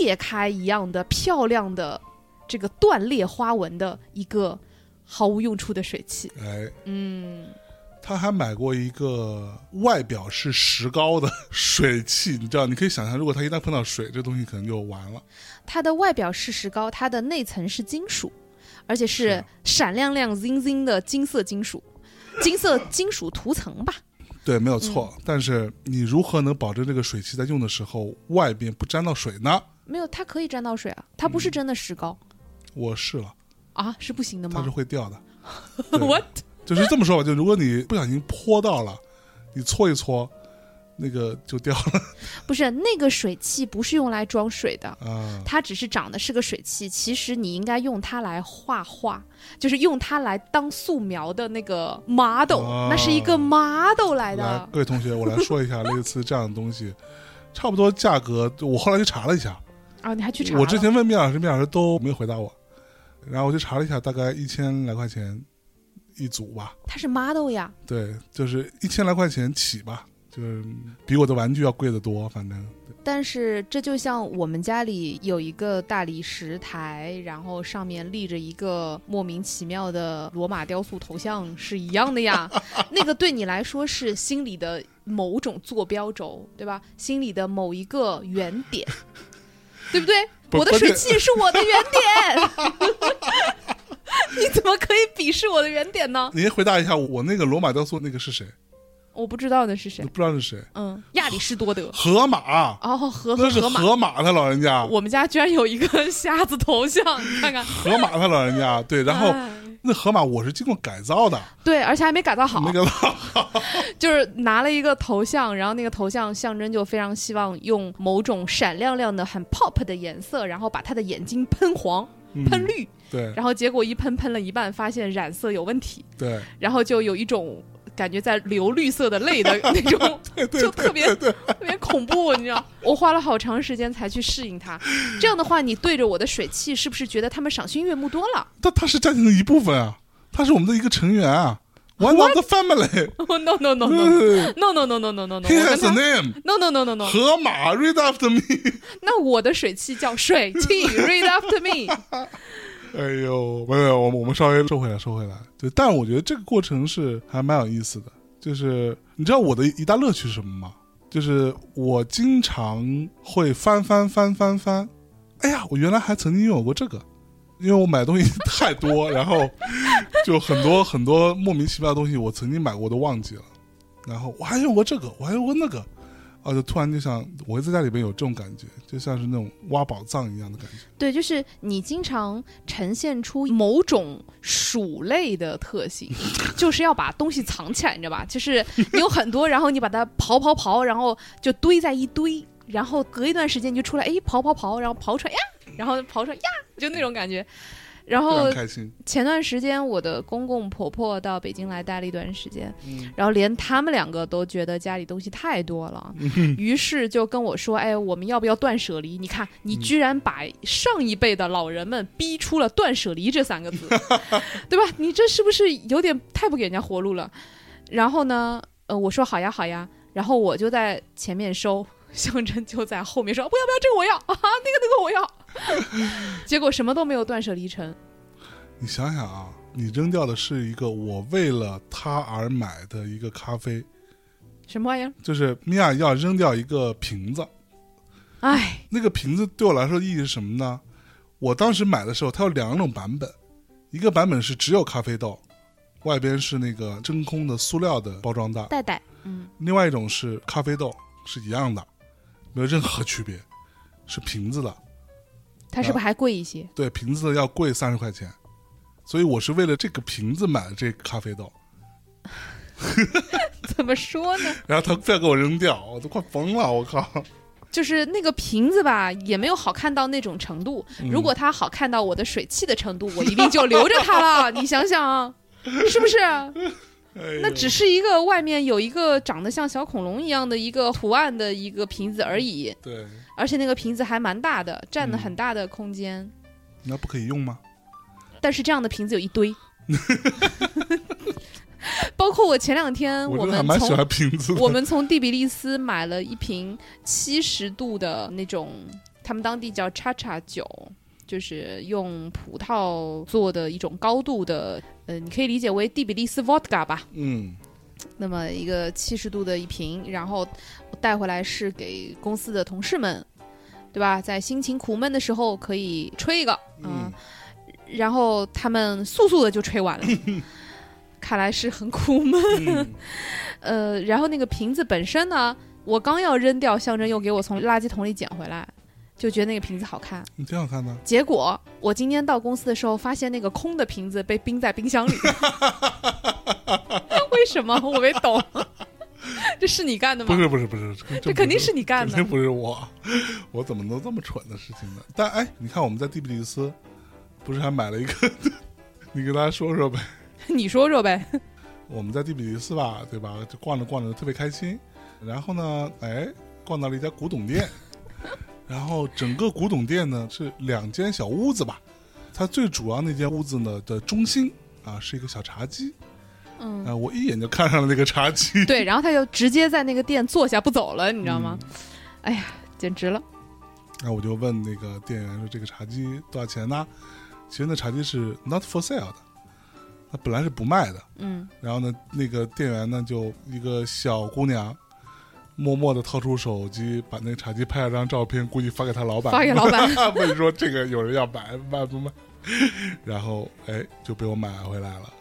Speaker 2: 裂开一样的漂亮的这个断裂花纹的一个毫无用处的水器。
Speaker 3: 哎，
Speaker 2: 嗯，
Speaker 3: 他还买过一个外表是石膏的 水器，你知道，你可以想象，如果他一旦碰到水，这东西可能就完了。
Speaker 2: 它的外表是石膏，它的内层是金属，而且
Speaker 3: 是
Speaker 2: 是
Speaker 3: 啊
Speaker 2: 闪亮亮、晶晶的金色金属，金色金属涂层吧。
Speaker 3: 对，没有错。
Speaker 2: 嗯
Speaker 3: 但是你如何能保证这个水器在用的时候外边不沾到水呢？
Speaker 2: 没有，它可以沾到水啊，它
Speaker 3: 嗯
Speaker 2: 不是真的石膏、
Speaker 3: 我试了，
Speaker 2: 啊，是不行的
Speaker 3: 它是
Speaker 2: 吗
Speaker 3: 会 掉的。对
Speaker 2: ？What？
Speaker 3: 就是这么说吧，就如果你不小心泼到了，你搓一搓，那个就掉 了
Speaker 2: 不是那个水器不是用来装水的，
Speaker 3: 啊。
Speaker 2: 它只是长得是个水器，其实你应该用它来画画，就是用它来当素描的那个 model，、
Speaker 3: 哦
Speaker 2: 那是一个 model 来
Speaker 3: 来
Speaker 2: 的，。
Speaker 3: 各位同学，我来说一下类似这样的东 西，差不多价格，我后来去查了一下，
Speaker 2: 啊，你还去查了？
Speaker 3: 我之前问面老师，面老师都没有回答我，然后我去查了一下，大概一千来块钱一组吧，
Speaker 2: 它是 model 呀，
Speaker 3: 对，就是一千来块钱起吧，就是比我的玩具要贵得多，反正
Speaker 2: 但是这就像我们家里有一个大理石台，然后上面立着一个莫名其妙的罗马雕塑头像是一样的呀。那个对你来说是心里的某种坐标轴，对吧？心里的某一个原点，对不对？
Speaker 3: 不
Speaker 2: 我的
Speaker 3: 关
Speaker 2: 水
Speaker 3: 键
Speaker 2: 汽是我的原点， 你怎么可以鄙视我的原点呢？
Speaker 3: 你先回答一下，我那个罗马雕塑那个是谁？
Speaker 2: 我不知道那是谁
Speaker 3: 你。不知道是谁？
Speaker 2: 嗯，亚里士多德。
Speaker 3: 河马，啊
Speaker 2: 哦，河
Speaker 3: 那
Speaker 2: 和
Speaker 3: 是
Speaker 2: 河马。
Speaker 3: 河马他老人家，
Speaker 2: 我们家居然有一个瞎子头像， 你看看。
Speaker 3: 河马他老人家，对，然后
Speaker 2: 哎
Speaker 3: 那河马我是经过改造的，
Speaker 2: 对，而且还没改造好，
Speaker 3: 那个
Speaker 2: 就是拿了一个头像，然后那个头像象征就非常希望用某种闪亮亮的、很 pop 的颜色，然后把他的眼睛喷黄、喷
Speaker 3: 嗯、
Speaker 2: 绿，
Speaker 3: 对
Speaker 2: 然后结果一喷喷了一半，发现染色有问题，
Speaker 3: 对
Speaker 2: 然后就有一种。感觉在流绿色的泪的那种，就特别特别恐怖，你知道？我花了好长时间才去适应它。这样的话，你对着我的水汽，是不是觉得他们赏心悦目多了？
Speaker 3: 但他是家庭的一部分啊，他是我们的一个成员啊，one of the family。
Speaker 2: 哦 no no no no
Speaker 3: He
Speaker 2: no no no no no no no，我
Speaker 3: has a
Speaker 2: 跟他
Speaker 3: name，
Speaker 2: no no no no no，
Speaker 3: 河马 read after me。
Speaker 2: 那我的水汽叫水汽，read after me。
Speaker 3: 哎呦，没有没有，我们我们稍微收回来，收回来。对，但我觉得这个过程是还蛮有意思的，就是你知道我的一大乐趣是什么吗？就是我经常会翻翻翻翻翻，哎呀，我原来还曾经拥有过这个，因为我买东西 太多，然后就很多很多莫名其妙的东西我曾经买过我都忘记了，然后我还用过这个，我还用过那个，啊，就突然就像我会在家里边有这种感觉，就像是那种挖宝藏一样的感觉。
Speaker 2: 对，就是你经常呈现出某种鼠类的特性，就是要把东西藏起来，你知道吧？就是你有很多，然后你把它刨刨刨，然后就堆在一堆，然后隔一段时间你就出来，哎，刨刨刨，然后刨出来呀，然后刨出来呀，就那种感觉。然
Speaker 3: 非
Speaker 2: 后
Speaker 3: 常开心，
Speaker 2: 前段时间我的公公婆婆到北京来待了一段时间，
Speaker 3: 嗯
Speaker 2: 然后连他们两个都觉得家里东西太多了，于是就跟我说：“哎，我们要不要断舍离？你看，你居然把上一辈的老人们逼出了‘断舍离’这三个字，对吧？你这是不是有点太不给人家活路了？”然后呢，呃，我说：“好呀，好呀。”然后我就在前面收。象征就在后面说不要不要这个我要 啊那个那个我要， 结果什么都没有断舍离成，
Speaker 3: 你想想啊，你扔掉的是一个我为了他而买的一个咖啡，
Speaker 2: 什么玩意儿？
Speaker 3: 就是米娅要扔掉一个瓶子，
Speaker 2: 哎，
Speaker 3: 那个瓶子对我来说意义是什么呢？我当时买的时候，它有两种版本，一个版本是只有咖啡豆，外边是那个真空的塑料的包装袋，
Speaker 2: 戴戴，嗯，
Speaker 3: 另外一种是咖啡豆，是一样的，没有任何区别，是瓶子的，
Speaker 2: 它是不是还贵一些？
Speaker 3: 对，瓶子的要贵三十块钱，所以我是为了这个瓶子买的这个咖啡豆。
Speaker 2: 怎么说呢？
Speaker 3: 然后他再给我扔掉，我都快疯了！我靠，
Speaker 2: 就是那个瓶子吧，也没有好看到那种程度。
Speaker 3: 嗯
Speaker 2: 如果它好看到我的水汽的程 度，我一定就留着它了。你想想啊，是不是？那
Speaker 3: 那
Speaker 2: 只是一个外面有一个长得像小恐龙一样的一个图案的一个瓶子而已，
Speaker 3: 对，
Speaker 2: 而且那个瓶子还蛮大的，占了很大的空间。
Speaker 3: 嗯那不可以用吗？
Speaker 2: 但是这样的瓶子有一 堆。 包括我前两天我
Speaker 3: 我真的还
Speaker 2: 们
Speaker 3: 蛮喜
Speaker 2: 从
Speaker 3: 欢瓶子 的。
Speaker 2: 我们从第比利斯买了一瓶七十度的那种，他们当地叫叉叉酒，就是用葡萄做的一种高度的，呃，你可以理解为第比利斯 vodka 吧。
Speaker 3: 嗯，
Speaker 2: 那么一个七十度的一瓶，然后我带回来是给公司的同事们，对吧？在心情苦闷的时候可以吹一个，啊
Speaker 3: 嗯
Speaker 2: 然后他们速速的就吹 完了，看来是很苦闷。
Speaker 3: 嗯
Speaker 2: 呃，然后那个瓶子本身呢，我刚要扔掉，象征又给我从垃圾桶里捡回来，就觉得那个瓶子好看。
Speaker 3: 你挺好看的。
Speaker 2: 结果我今天到公司的时候，发现那个空的瓶 子被冰在冰箱里。为什么我没懂？这是你干的
Speaker 3: 不
Speaker 2: 吗？
Speaker 3: 是不是不是，
Speaker 2: 这
Speaker 3: 真
Speaker 2: 肯定
Speaker 3: 不
Speaker 2: 是你干的
Speaker 3: 肯定不是我，我怎么能这么蠢的事情呢？但哎，你看我们在蒂比利斯，不是还买了一个？ 你给大家说说呗。
Speaker 2: 你说说呗。
Speaker 3: 我们在蒂比利斯吧，对吧？就逛着逛着特别开心，然后呢，哎，逛到了一家古董店，然后整个古董店呢是两间小屋子吧，它最主要那间屋子呢的中心啊是一个小茶几，
Speaker 2: 嗯，
Speaker 3: 啊，我一眼就看上了那个茶几，
Speaker 2: 对，然后他就直接在那个店坐下不走了，你知道吗？哎呀，简直了。
Speaker 3: 然后我就问那个店员说：“这个茶几多少钱呢？”其实那茶几是 not for sale 的，它本来是不卖的。
Speaker 2: 嗯，
Speaker 3: 然后呢，那个店员呢就一个小姑娘，默默的掏出手机，把那茶几拍了张照片，估计发给他老板，
Speaker 2: 发给老板
Speaker 3: 问说这个有人要买，卖不卖？然后哎，就被我买回来了。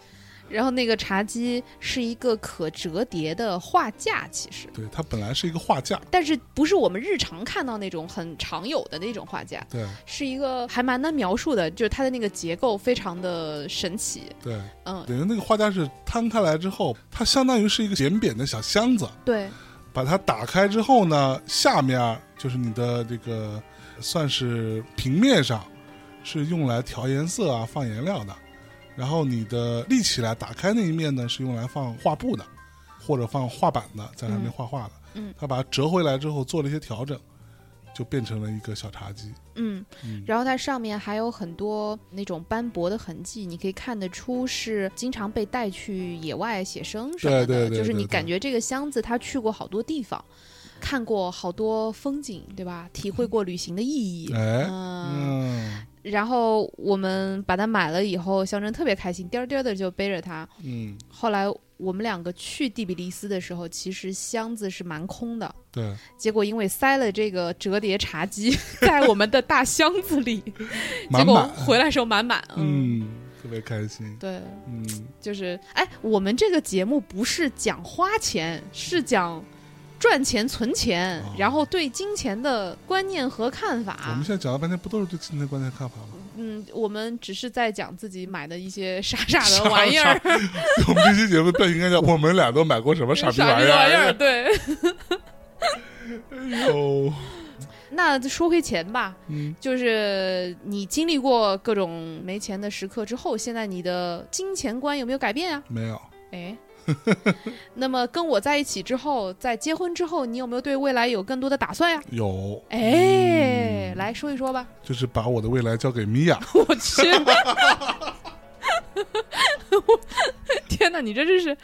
Speaker 2: 然后那个茶几是一个可折叠的画架，其实，
Speaker 3: 对，它本来是一个画架，
Speaker 2: 但是不是我们日常看到那种很常有的那种画架，
Speaker 3: 对
Speaker 2: 是一个还蛮难描述的，就是它的那个结构非常的神奇。
Speaker 3: 对，
Speaker 2: 嗯，
Speaker 3: 等于那个画架是摊开来之后，它相当于是一个扁扁的小箱子，
Speaker 2: 对，
Speaker 3: 把它打开之后呢，下面啊就是你的这个算是平面上是用来调颜色啊、放颜料的，然后你的立起来打开那一面呢是用来放画布的，或者放画板的，在上面
Speaker 2: 嗯
Speaker 3: 画画的。
Speaker 2: 嗯
Speaker 3: 它把它折回来之后做了一些调整，就变成了一个小茶几。
Speaker 2: 嗯，
Speaker 3: 嗯，
Speaker 2: 然后它上面还有很多那种斑驳的痕迹，你可以看得出是经常被带去野外写生什么的。
Speaker 3: 对对对
Speaker 2: 就是
Speaker 3: 对
Speaker 2: 你
Speaker 3: 对
Speaker 2: 感觉这个箱子它去过好多地方，看过好多风景，对吧？体会过旅行的意义。
Speaker 3: 哎，
Speaker 2: 嗯，
Speaker 3: 嗯
Speaker 2: 然后我们把它买了以后，象征特别开心，颠儿颠儿的就背着它。
Speaker 3: 嗯，
Speaker 2: 后来我们两个去蒂比利斯的时候，其实箱子是蛮空的，
Speaker 3: 对，
Speaker 2: 结果因为塞了这个折叠茶 几在我们的大箱子里，结
Speaker 3: 满
Speaker 2: 果
Speaker 3: 满，
Speaker 2: 回来时候满满。嗯，
Speaker 3: 嗯，特别开心。
Speaker 2: 对，
Speaker 3: 嗯，
Speaker 2: 就是哎，我们这个节目不是讲花钱，是讲赚钱、存钱，
Speaker 3: 哦
Speaker 2: 然后对金钱的观念和看
Speaker 3: 我
Speaker 2: 法
Speaker 3: 们。现在讲了半天，不都是对今天观点看法吗？
Speaker 2: 嗯，我们只是在讲自己买的一些 傻傻的玩意儿，
Speaker 3: 我们这期节目标题应该叫“我们俩都买过什么 傻逼
Speaker 2: 傻逼玩
Speaker 3: 意
Speaker 2: 意儿。
Speaker 3: 儿啊
Speaker 2: 对，”。
Speaker 3: 哦，
Speaker 2: 那说回钱吧，
Speaker 3: 嗯，
Speaker 2: 就是你经历过各种没钱的时刻之后，现在你的金钱观有没有改变啊？
Speaker 3: 没有，
Speaker 2: 哎，那么跟我在一起之后，在结婚之后，你有没有对未来有更多的打算呀？
Speaker 3: 有，
Speaker 2: 哎，
Speaker 3: 嗯
Speaker 2: 来说一说吧。
Speaker 3: 就是把我的未来交给米娅。
Speaker 2: 我去， 天哪，你这真是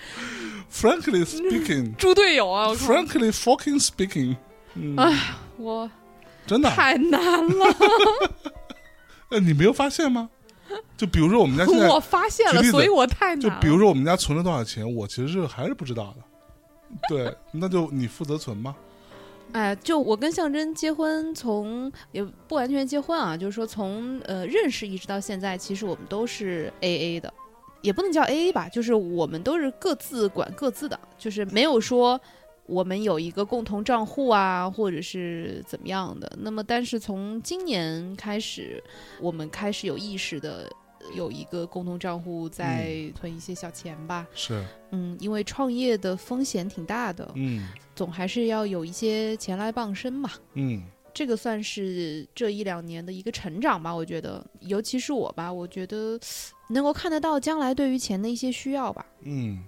Speaker 3: Frankly speaking,
Speaker 2: 猪队友啊！我靠
Speaker 3: frankly fucking speaking，嗯，
Speaker 2: 我
Speaker 3: 真的，
Speaker 2: 太难了，
Speaker 3: 呃，你没有发现吗？就比如说我们家现在，
Speaker 2: 我发现了
Speaker 3: 举，例子
Speaker 2: 所以我太
Speaker 3: 就
Speaker 2: 难了。
Speaker 3: 比如说我们家存了多少钱，我其实是还是不知道的。对，那就你负责存吧。
Speaker 2: 哎，就我跟象征结婚从，也不完全结婚啊，就是说从呃认识一直到现在，其实我们都是 A A 的，也不能叫 A A 吧，就是我们都是各自管各自的，就是没有说我们有一个共同账户啊，或者是怎么样的。那么，但是从今年开始，我们开始有意识的。有一个共同账户，在存一些小钱吧。
Speaker 3: 是，
Speaker 2: 嗯，因为创业的风险挺大的，
Speaker 3: 嗯
Speaker 2: 总还是要有一些钱来傍身嘛。
Speaker 3: 嗯，
Speaker 2: 这个算是这一两年的一个成长吧，我觉得，尤其是我吧，我觉得能够看得到将来对于钱的一些需要吧，
Speaker 3: 嗯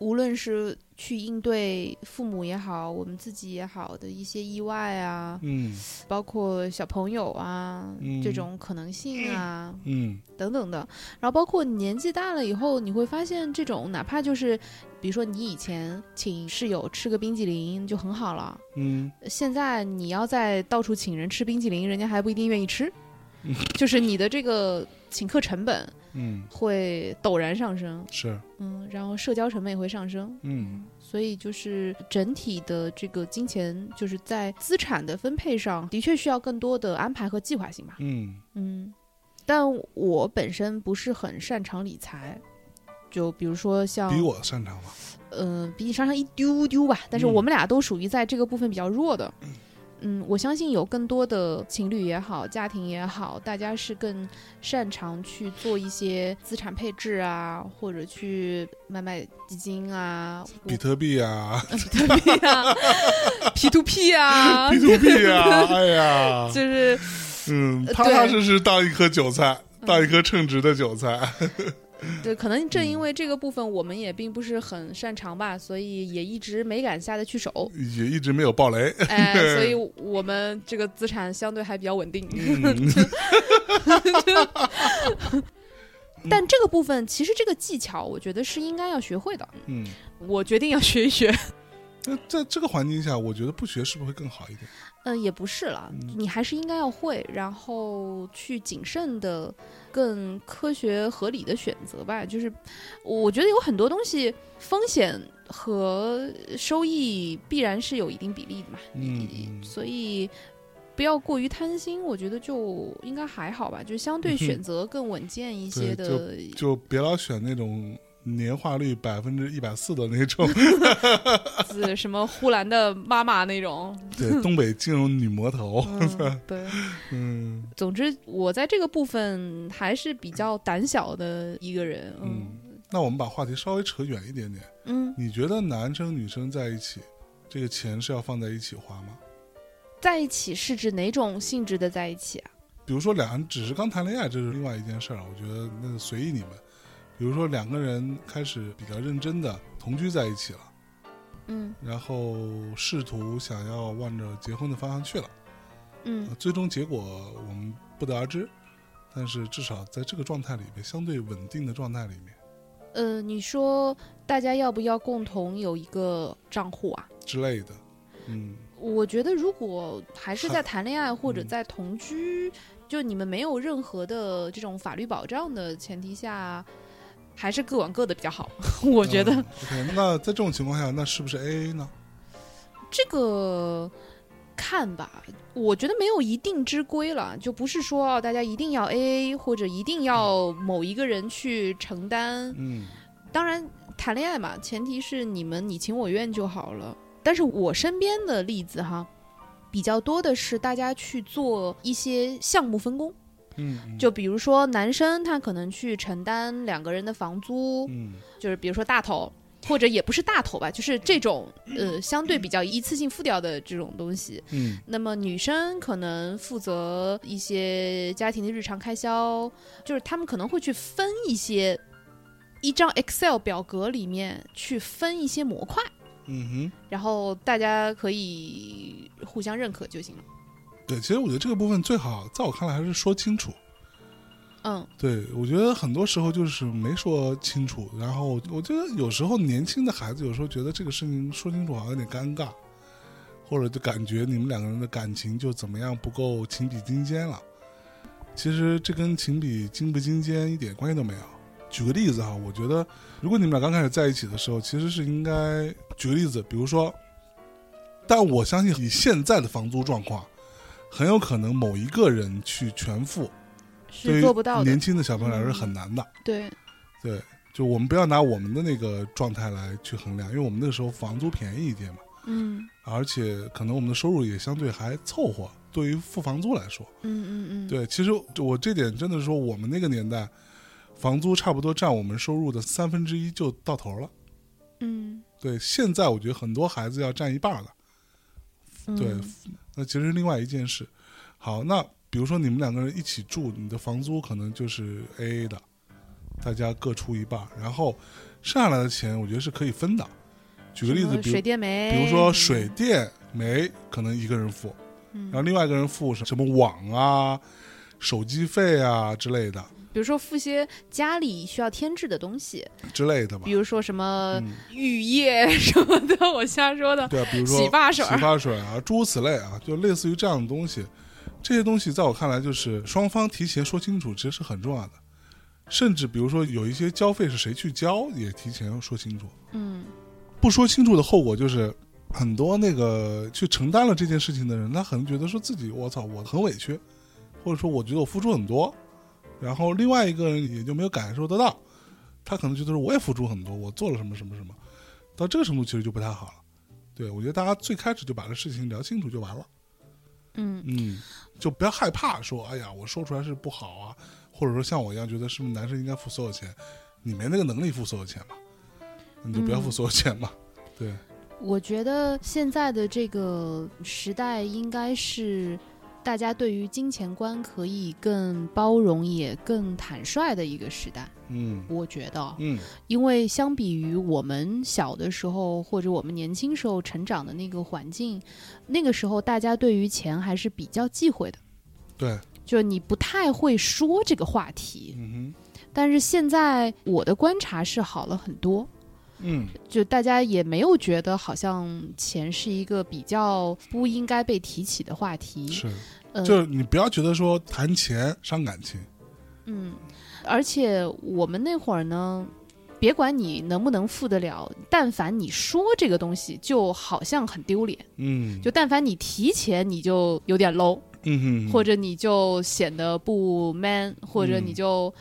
Speaker 2: 无论是去应对父母也好，我们自己也好的一些意外啊，
Speaker 3: 嗯
Speaker 2: 包括小朋友啊、
Speaker 3: 嗯
Speaker 2: 这种可能性啊、
Speaker 3: 嗯
Speaker 2: 等等的，然后包括你年纪大了以后，你会发现这种哪怕就是，比如说你以前请室友吃个冰激凌就很好了，
Speaker 3: 嗯，
Speaker 2: 现在你要在到处请人吃冰淇淋，人家还不一定愿意吃，就是你的这个请客成本
Speaker 3: 嗯，
Speaker 2: 会陡然上升，
Speaker 3: 是，
Speaker 2: 嗯，然后社交成本也会上升，
Speaker 3: 嗯
Speaker 2: 所以就是整体的这个金钱就是在资产的分配上，的确需要更多的安排和计划性吧，
Speaker 3: 嗯
Speaker 2: 嗯，但我本身不是很擅长理财，就比如说像
Speaker 3: 比我擅长吧。
Speaker 2: 呃，比你稍稍一丢丢吧，但是
Speaker 3: 嗯
Speaker 2: 我们俩都属于在这个部分比较弱的。嗯，我相信有更多的情侣也好，家庭也好，大家是更擅长去做一些资产配置啊，或者去买买基金啊，
Speaker 3: 比特币啊
Speaker 2: 比特币 啊，P to P 啊
Speaker 3: ，P，to P 啊，哎呀，
Speaker 2: 就是
Speaker 3: 嗯，
Speaker 2: 呃
Speaker 3: 踏踏
Speaker 2: 对
Speaker 3: 实实当一颗韭菜，当一颗称职的 韭菜。，
Speaker 2: 对，可能正因为这个部分我们也并不是很擅长吧，所以也一直没敢下得去手
Speaker 3: 也一直没有爆雷，
Speaker 2: 哎，所以我们这个资产相对还比较稳定。嗯 但这个部分其实这个技巧，我觉得是应该要学会的。
Speaker 3: 嗯，
Speaker 2: 我决定要学一学。
Speaker 3: 那在这个环境下，我觉得不学是不是会更好一点？
Speaker 2: 嗯，也不是了，你还是应该要会，然后去谨慎的、更科学合理的选择吧。就是我觉得有很多东西风险和收益必然是有一定比例的嘛，
Speaker 3: 嗯，
Speaker 2: 所以不要过于贪心，我觉得就应该还好吧，就相对选择更稳健一些
Speaker 3: 对
Speaker 2: 的。
Speaker 3: 就别老选那种年化率百分之一百四的那种，
Speaker 2: 自什么呼兰的妈妈那种，
Speaker 3: 对，东北金融女魔头，
Speaker 2: 嗯，对。
Speaker 3: 嗯
Speaker 2: 总之，我在这个部分还是比较胆小的一个人。嗯
Speaker 3: 嗯。那我们把话题稍微扯远一点点，
Speaker 2: 嗯，
Speaker 3: 你觉得男生女生在一起，这个钱是要放在一起花吗？
Speaker 2: 在一起是指哪种性质的在一起啊？
Speaker 3: 比如说两人只是刚谈恋爱，这是另外一件事儿，我觉得那个随意你们。比如说两个人开始比较认真的同居在一起了，
Speaker 2: 嗯
Speaker 3: 然后试图想要往着结婚的方向去了，
Speaker 2: 嗯
Speaker 3: 呃最终结果我们不得而知。但是至少在这个状态里面，相对稳定的状态里面
Speaker 2: 呃，你说大家要不要共同有一个账户啊？
Speaker 3: 之类的，嗯，
Speaker 2: 我觉得如果还是在谈恋爱或者
Speaker 3: 嗯
Speaker 2: 在同居，就你们没有任何的这种法律保障的前提下，还是各玩各的比较好。 我觉得
Speaker 3: 嗯 OK，那在这种情况下，那是不是 AA 呢？
Speaker 2: 这个看吧，我觉得没有一定之规了，就不是说哦大家一定要 A A 或者一定要某一个人去承担。
Speaker 3: 嗯，
Speaker 2: 当然，谈恋爱嘛，前提是你们你情我愿就好了。但是我身边的例子哈，比较多的是大家去做一些项目分工，
Speaker 3: 嗯，嗯
Speaker 2: 就比如说男生他可能去承担两个人的房租，
Speaker 3: 嗯
Speaker 2: 就是比如说大头，或者也不是大头吧，就是这种 呃相对比较一次性付掉的这种东西。
Speaker 3: 嗯
Speaker 2: 那么女生可能负责一些家庭的日常开销，就是他们可能会去分一些一张 Excel 表格里面去分一些模块，
Speaker 3: 嗯
Speaker 2: 然后大家可以互相认可就行了。
Speaker 3: 哼，对，其实我觉得这个部分最好，在我看来还是说清楚。
Speaker 2: 嗯
Speaker 3: 对，我觉得很多时候就是没说清楚，然后我觉得有时候年轻的孩子有时候觉得这个事情说清楚好像有点尴尬，或者就感觉你们两个人的感情就怎么样不够情比金坚了。其实这跟情比金不金坚一点关系都没有。举个例子哈，我觉得如果你们俩刚开始在一起的时候，其实是应该举个例子，比如说，但我相信以现在的房租状况，很有可能某一个人去全付，对
Speaker 2: 是
Speaker 3: 于
Speaker 2: 做不到的
Speaker 3: 年。轻的小朋友来说是很难的。
Speaker 2: 对，
Speaker 3: 对，就我们不要拿我们的那个状态来去衡量，因为我们那个时候房租便宜一点嘛，
Speaker 2: 嗯
Speaker 3: 而且可能我们的收入也相对还凑合，对于付房租来说。
Speaker 2: 嗯嗯嗯，
Speaker 3: 对，其实就我这点真的是说，我们那个年代，房租差不多占我们收入的三分之一就到头了。
Speaker 2: 嗯，
Speaker 3: 对，现在我觉得很多孩子要占一半儿了。
Speaker 2: 嗯
Speaker 3: 对，那其实是另外一件事。好，那比如说你们两个人一起住，你的房租可能就是 A A 的，大家各出一半儿，然后剩下来的钱我觉得是可以分的。举个例
Speaker 2: 什
Speaker 3: 子，
Speaker 2: 么
Speaker 3: 比
Speaker 2: 水
Speaker 3: 如
Speaker 2: 电嗯煤，
Speaker 3: 比如说
Speaker 2: 什么
Speaker 3: 水电煤可能一个人付，
Speaker 2: 嗯
Speaker 3: 然后另外一个人付什什么网啊、手机费啊之类的
Speaker 2: 比如说付些家里需要添置的东西，
Speaker 3: 之类的吧
Speaker 2: 比。如说什么
Speaker 3: 嗯
Speaker 2: 浴液什么的，我瞎说 的。
Speaker 3: 对啊，比如说
Speaker 2: 洗发水儿
Speaker 3: 洗发水啊，诸如此类啊，就类似于这样的东西。这些东西在我看来，就是双方提前说清楚，其实是很重要的。甚至比如说有一些交费是谁去交，也提前说清楚。
Speaker 2: 嗯
Speaker 3: 不说清楚的后果就是，很多那个去承担了这件事情的人，他可能觉得说自己我操我很委屈，或者说我觉得我付出很多，然后另外一个人也就没有感受得到，他可能觉得说我也付出很多，我做了什么什么什么，到这个程度其实就不太好了。对，我觉得大家最开始就把这事情聊清楚就完了。
Speaker 5: 嗯
Speaker 3: 嗯，就不要害怕说，哎呀，我说出来是不好啊，或者说像我一样觉得是不是男生应该付所有钱？你没那个能力付所有钱嘛，你就不要付所有钱嘛。对，
Speaker 2: 我觉得现在的这个时代应该是大家对于金钱观可以更包容也更坦率的一个时代。
Speaker 3: 嗯
Speaker 2: 我觉得，
Speaker 3: 嗯
Speaker 2: 因为相比于我们小的时候或者我们年轻时候成长的那个环境，那个时候大家对于钱还是比较忌讳的，
Speaker 3: 对，
Speaker 2: 就是你不太会说这个话题。
Speaker 3: 嗯
Speaker 2: 但是现在我的观察是好了很多，
Speaker 3: 哼，嗯
Speaker 2: 就大家也没有觉得好像钱是一个比较不应该被提起的话题。
Speaker 3: 是，
Speaker 2: 嗯
Speaker 3: 就是你不要觉得说谈钱伤感情，
Speaker 2: 嗯，而且我们那会儿呢，别管你能不能付得了，但凡你说这个东西，就好像很丢脸。
Speaker 3: 嗯，
Speaker 2: 就但凡你提钱，你就有点 low，、
Speaker 3: 嗯哼，
Speaker 2: 或者你就显得不 man，或者
Speaker 3: 嗯
Speaker 2: 你就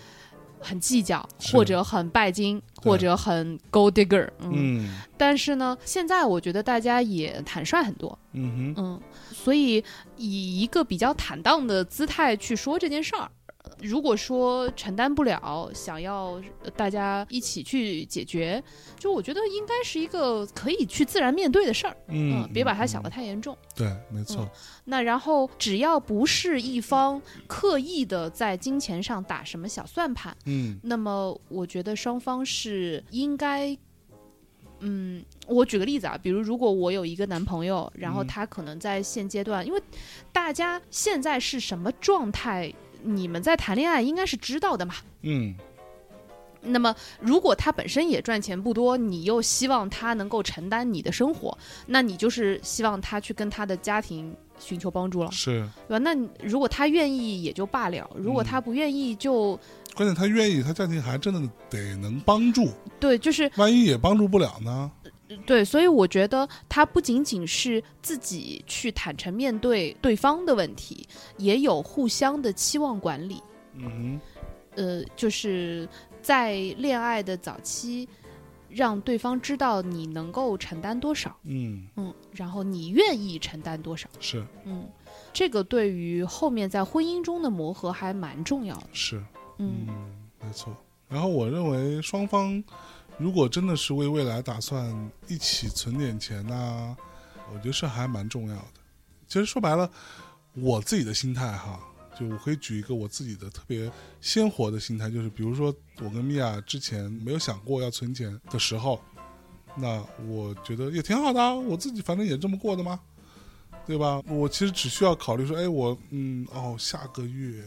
Speaker 2: 很计较，
Speaker 3: 是
Speaker 2: 或者很拜金，
Speaker 3: 对
Speaker 2: 或者很 gold digger。嗯，
Speaker 3: 嗯
Speaker 2: 但是呢，现在我觉得大家也坦率很多。
Speaker 3: 嗯哼，
Speaker 2: 嗯，所以以一个比较坦荡的姿态去说这件事儿。如果说承担不了，想要呃大家一起去解决，就我觉得应该是一个可以去自然面对的事儿，
Speaker 3: 嗯，
Speaker 2: 别把它想得
Speaker 3: 嗯
Speaker 2: 太严重。
Speaker 3: 对，没错，
Speaker 2: 那然后只要不是一方刻意的在金钱上打什么小算盘，
Speaker 3: 嗯
Speaker 2: 那么我觉得双方是应该，嗯，我举个例子啊，比如如果我有一个男朋友，然后
Speaker 3: 嗯
Speaker 2: 他可能在现阶段，因为大家现在是什么状态，你们在谈恋爱应该是知道的嘛。
Speaker 3: 嗯
Speaker 2: 那么，如果他本身也赚钱不多，你又希望他能够承担你的生活，那你就是希望他去跟他的家庭寻求帮助了，
Speaker 3: 是，
Speaker 2: 对吧？那你如果他愿意也就罢了，如果
Speaker 3: 嗯
Speaker 2: 他不愿意就，
Speaker 3: 关键他愿意，他家庭还真的得能帮助，
Speaker 2: 对，就是
Speaker 3: 万一也帮助不了呢？
Speaker 2: 对，所以我觉得他不仅仅是自己去坦诚面对对方的问题，也有互相的期望管理。
Speaker 3: 嗯
Speaker 2: 呃，就是在恋爱的早期，让对方知道你能够承担多少，
Speaker 3: 哼，嗯，
Speaker 2: 嗯，然后你愿意承担多少，
Speaker 3: 是
Speaker 2: 嗯，这个对于后面在婚姻中的磨合还蛮重要的，
Speaker 3: 是，
Speaker 2: 嗯
Speaker 3: 嗯，没错。然后我认为双方如果真的是为未来打算一起存点钱呐、我觉得是还蛮重要的。其实说白了，我自己的心态哈，就我可以举一个我自己的特别鲜活的心态，就是比如说我跟米娅之前没有想过要存钱的时候，那我觉得也挺好的、啊，我自己反正也这么过的嘛，对吧？我其实只需要考虑说，哎，我嗯哦，下个月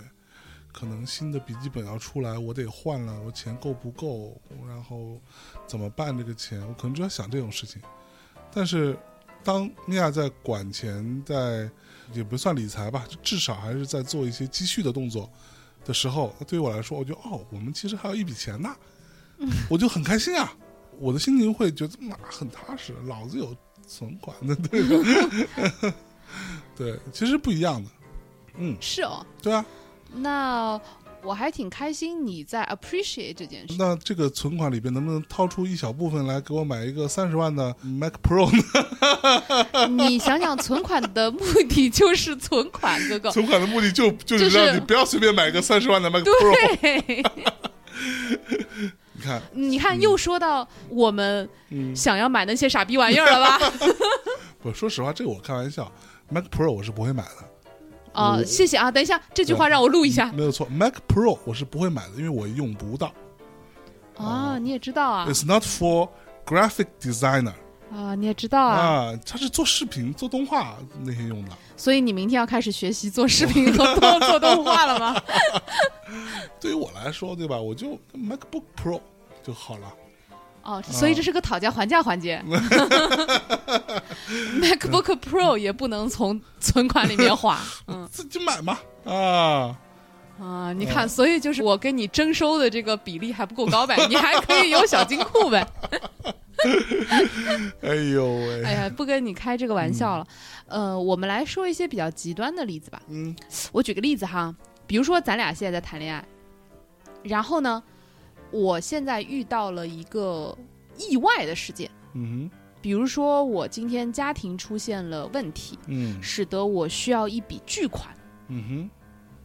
Speaker 3: 可能新的笔记本要出来，我得换了，我钱够不够？然后怎么办这个钱？我可能只要想这种事情。但是，当米娅在管钱，在也不算理财吧，至少还是在做一些积蓄的动作的时候，对于我来说，我觉得哦，我们其实还有一笔钱呐，我就很开心啊。我的心情会觉得妈很踏实，老子有存款的，对吧？ 对，其实不一样的，嗯，
Speaker 2: 是哦，
Speaker 3: 对啊，
Speaker 2: 那我还挺开心你在 appreciate 这件事。
Speaker 3: 那这个存款里边能不能掏出一小部分来给我买一个三十万的
Speaker 2: 嗯
Speaker 3: Mac Pro 呢？
Speaker 2: 你想想，存款的目的就是存款，哥哥。
Speaker 3: 存款的目的就就是
Speaker 2: 就是
Speaker 3: 让你不要随便买一个三十万的 Mac Pro。
Speaker 2: 对，
Speaker 3: 你看，
Speaker 2: 你看，又说到我们
Speaker 3: 嗯，
Speaker 2: 想要买那些傻逼玩意儿了吧？
Speaker 3: 我说实话，这个我开玩笑，Mac Pro 我是不会买的，
Speaker 2: 啊、
Speaker 3: 我
Speaker 2: 谢谢啊！等一下，这句话让我录一下
Speaker 3: 没有错，Mac Pro 我是不会买的，因为我用不到。
Speaker 2: 啊！你也知道啊
Speaker 3: It's not for graphic designer
Speaker 2: 啊！你也知道啊！
Speaker 3: 啊，它是做视频、做动画那些用的。
Speaker 2: 所以你明天要开始学习做视频和动做动画了吗？
Speaker 3: 对于我来说，对吧？我就 MacBook Pro 就好了。
Speaker 2: 哦，所以这是个讨价还价环节。MacBook Pro 也不能从存款里面花，嗯
Speaker 3: 自己买嘛啊！
Speaker 2: 啊，你看，所以就是我跟你征收的这个比例还不够高呗，你还可以有小金库呗。
Speaker 3: 哎呦喂，
Speaker 2: 哎呀，不跟你开这个玩笑了。呃，我们来说一些比较极端的例子吧。
Speaker 3: 嗯
Speaker 2: 我举个例子哈，比如说咱俩现在在谈恋爱，然后呢，我现在遇到了一个意外的事件，
Speaker 3: 嗯
Speaker 2: 比如说，我今天家庭出现了问题，
Speaker 3: 嗯
Speaker 2: 使得我需要一笔巨款，
Speaker 3: 嗯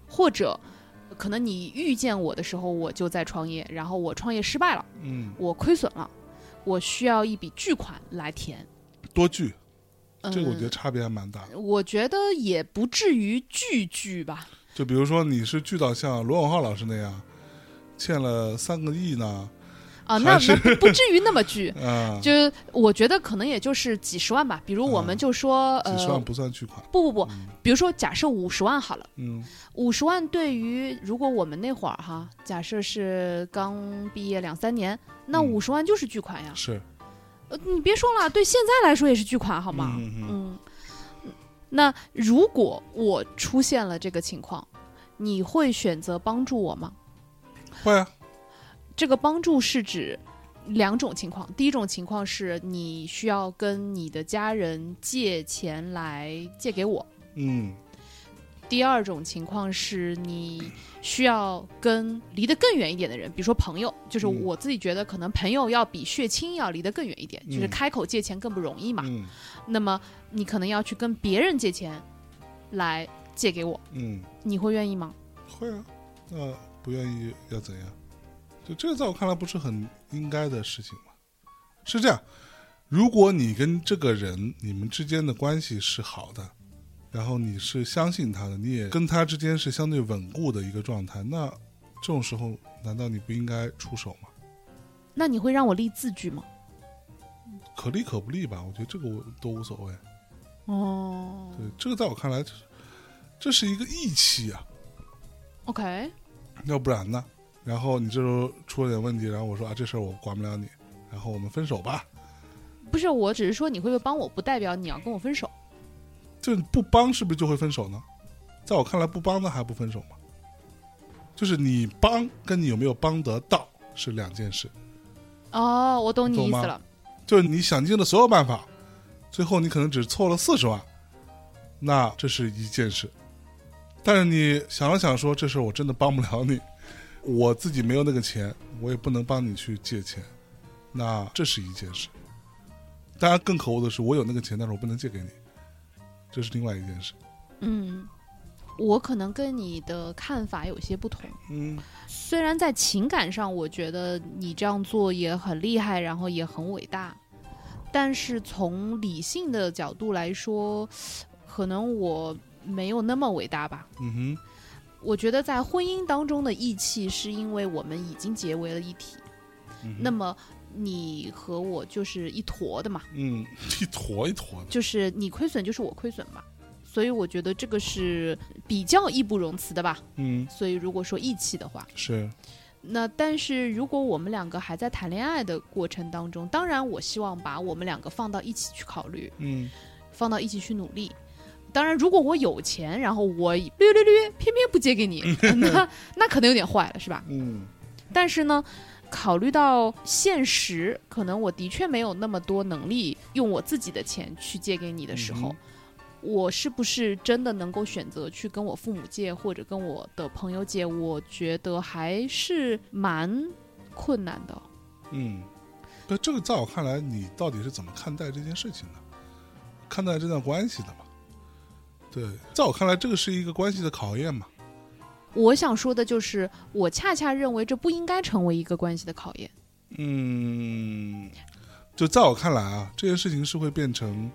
Speaker 2: 或者可能你遇见我的时候，我就在创业，然后我创业失败了，
Speaker 3: 哼，嗯，
Speaker 2: 我亏损了，我需要一笔巨款来填。
Speaker 3: 多聚，
Speaker 2: 嗯、
Speaker 3: 这个我觉得差别还蛮大的。
Speaker 2: 我觉得也不至于巨巨吧。
Speaker 3: 就比如说你是聚到像罗永浩老师那样，欠了三个亿呢，
Speaker 2: 啊，那
Speaker 3: 还是，
Speaker 2: 那不不至于那么巨
Speaker 3: 啊，
Speaker 2: 就我觉得可能也就是几十万吧。比如我们
Speaker 3: 嗯
Speaker 2: 就说，
Speaker 3: 几十
Speaker 2: 呃
Speaker 3: 万，不算巨款，
Speaker 2: 不不不，比如说假设五十万好了，
Speaker 3: 嗯
Speaker 2: 五十万对于如果我们那会儿哈，假设是刚毕业两三年，那
Speaker 3: 嗯
Speaker 2: 五十万就是巨款呀。
Speaker 3: 是，
Speaker 2: 呃，你别说了，对现在来说也是巨款，好吗？
Speaker 3: 嗯嗯
Speaker 2: 嗯，那如果我出现了这个情况，你会选择帮助我吗？
Speaker 3: 会啊，
Speaker 2: 这个帮助是指两种情况，第一种情况是你需要跟你的家人借钱来借给我，
Speaker 3: 嗯
Speaker 2: 第二种情况是你需要跟离得更远一点的人，比如说朋友，就是
Speaker 3: 嗯
Speaker 2: 我自己觉得可能朋友要比血亲要离得更远一点，就是
Speaker 3: 嗯
Speaker 2: 开口借钱更不容易嘛。
Speaker 3: 嗯
Speaker 2: 那么你可能要去跟别人借钱来借给我，
Speaker 3: 嗯，
Speaker 2: 你会愿意吗？
Speaker 3: 会啊，那不愿意要怎样？就这个在我看来不是很应该的事情嘛。是这样，如果你跟这个人你们之间的关系是好的，然后你是相信他的，你也跟他之间是相对稳固的一个状态，那这种时候难道你不应该出手吗？
Speaker 2: 那你会让我立字据吗？
Speaker 3: 可立可不立吧，我觉得这个我都无所谓。
Speaker 2: 哦
Speaker 3: 对，这个在我看来，就是这是一个义气啊，
Speaker 2: ，OK，
Speaker 3: 要不然呢？然后你这时候出了点问题，然后我说啊，这事儿我管不了你，然后我们分手吧。
Speaker 2: 不是，我只是说你会不会帮我，不代表你要跟我分手。
Speaker 3: 就不帮是不是就会分手呢？在我看来，不帮那还不分手吗？就是你帮跟你有没有帮得到是两件事。
Speaker 2: 哦，我懂你
Speaker 3: 懂
Speaker 2: 意思
Speaker 3: 吗
Speaker 2: 了。
Speaker 3: 就是你想尽了所有办法，最后你可能只凑了四十万，那这是一件事。但是你想了想说，这事儿我真的帮不了你，我自己没有那个钱，我也不能帮你去借钱，那这是一件事。当然，更可恶的是，我有那个钱，但是我不能借给你，这是另外一件事。
Speaker 2: 嗯，我可能跟你的看法有些不同。
Speaker 3: 嗯
Speaker 2: 虽然在情感上，我觉得你这样做也很厉害，然后也很伟大，但是从理性的角度来说，可能我没有那么伟大吧。
Speaker 3: 嗯
Speaker 2: 我觉得在婚姻当中的义气，是因为我们已经结为了一体，
Speaker 3: 哼，嗯哼
Speaker 2: 那么你和我就是一坨的嘛，
Speaker 3: 嗯，一坨一坨的，
Speaker 2: 就是你亏损就是我亏损嘛。所以我觉得这个是比较义不容辞的吧。
Speaker 3: 嗯，
Speaker 2: 所以如果说义气的话，
Speaker 3: 是，
Speaker 2: 那但是如果我们两个还在谈恋爱的过程当中，当然我希望把我们两个放到一起去考虑，
Speaker 3: 嗯
Speaker 2: 放到一起去努力。当然，如果我有钱，然后我略略略偏偏不借给你，那那可能有点坏了，是吧？
Speaker 3: 嗯
Speaker 2: 但是呢，考虑到现实，可能我的确没有那么多能力用我自己的钱去借给你的时候，
Speaker 3: 嗯
Speaker 2: 我是不是真的能够选择去跟我父母借或者跟我的朋友借？我觉得还是蛮困难的。
Speaker 3: 嗯，那这个在我看来，你到底是怎么看待这件事情的？看待这段关系的嘛？对，在我看来，这个是一个关系的考验嘛。
Speaker 2: 我想说的就是，我恰恰认为这不应该成为一个关系的考验。
Speaker 3: 嗯，就在我看来啊，这件事情是会变成，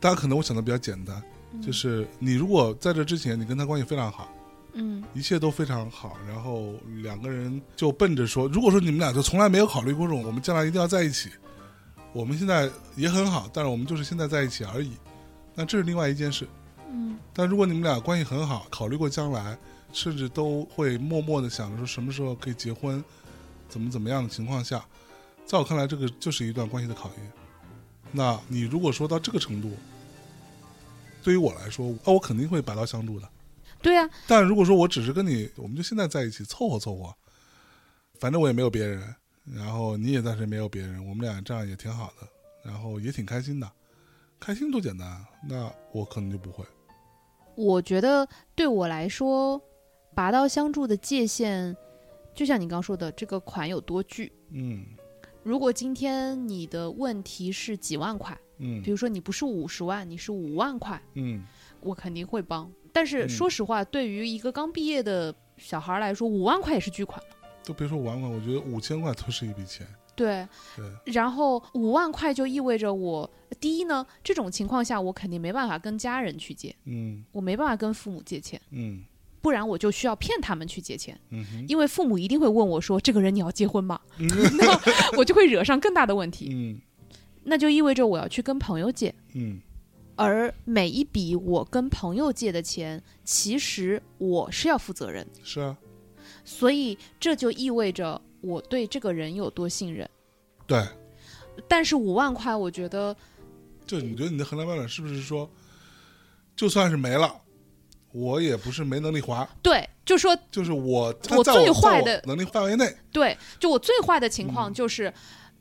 Speaker 3: 大家可能我想的比较简单，就是你如果在这之前你跟他关系非常好，
Speaker 2: 嗯，
Speaker 3: 一切都非常好，然后两个人就奔着说，如果说你们俩就从来没有考虑过这种，我们将来一定要在一起，我们现在也很好，但是我们就是现在在一起而已，那这是另外一件事。
Speaker 2: 嗯，
Speaker 3: 但如果你们俩关系很好，考虑过将来，甚至都会默默的想着说什么时候可以结婚，怎么怎么样的情况下，在我看来，这个就是一段关系的考验。那你如果说到这个程度，对于我来说，啊，我肯定会拔刀相助的。
Speaker 2: 对啊呀、
Speaker 3: 但如果说我只是跟你，我们就现在在一起凑合凑合，反正我也没有别人，然后你也暂时没有别人，我们俩这样也挺好的，然后也挺开心的，开心多简单啊。那我可能就不会，
Speaker 2: 我觉得对我来说，拔刀相助的界限，就像你刚说的，这个款有多巨。
Speaker 3: 嗯
Speaker 2: 如果今天你的问题是几万块，
Speaker 3: 嗯
Speaker 2: 比如说你不是五十万，你是五万块，
Speaker 3: 嗯，
Speaker 2: 我肯定会帮。但是
Speaker 3: 嗯
Speaker 2: 说实话，对于一个刚毕业的小孩来说，五万块也是巨款了。
Speaker 3: 都别说五万块，我觉得五千块都是一笔钱。
Speaker 2: 对，
Speaker 3: 对，
Speaker 2: 然后五万块就意味着我第一呢，这种情况下我肯定没办法跟家人去借，
Speaker 3: 嗯
Speaker 2: 我没办法跟父母借钱，
Speaker 3: 嗯
Speaker 2: 不然我就需要骗他们去借钱，
Speaker 3: 嗯哼，
Speaker 2: 因为父母一定会问我说：“这个人你要结婚 吗？”
Speaker 3: 嗯
Speaker 2: 那我就会惹上更大的问题，
Speaker 3: 嗯
Speaker 2: 那就意味着我要去跟朋友借。
Speaker 3: 嗯
Speaker 2: 而每一笔我跟朋友借的钱，其实我是要负责任的，
Speaker 3: 是啊，
Speaker 2: 所以这就意味着我对这个人有多信任。
Speaker 3: 对，
Speaker 2: 但是五万块，我觉得
Speaker 3: 就你觉得你的衡量标准是不是说，就算是没了，我也不是没能力还，
Speaker 2: 对，就说
Speaker 3: 就是我他
Speaker 2: 我
Speaker 3: 在
Speaker 2: 最
Speaker 3: 我
Speaker 2: 坏
Speaker 3: 在我
Speaker 2: 的
Speaker 3: 能力范围内，
Speaker 2: 对，就我最坏的情况
Speaker 3: 嗯
Speaker 2: 就是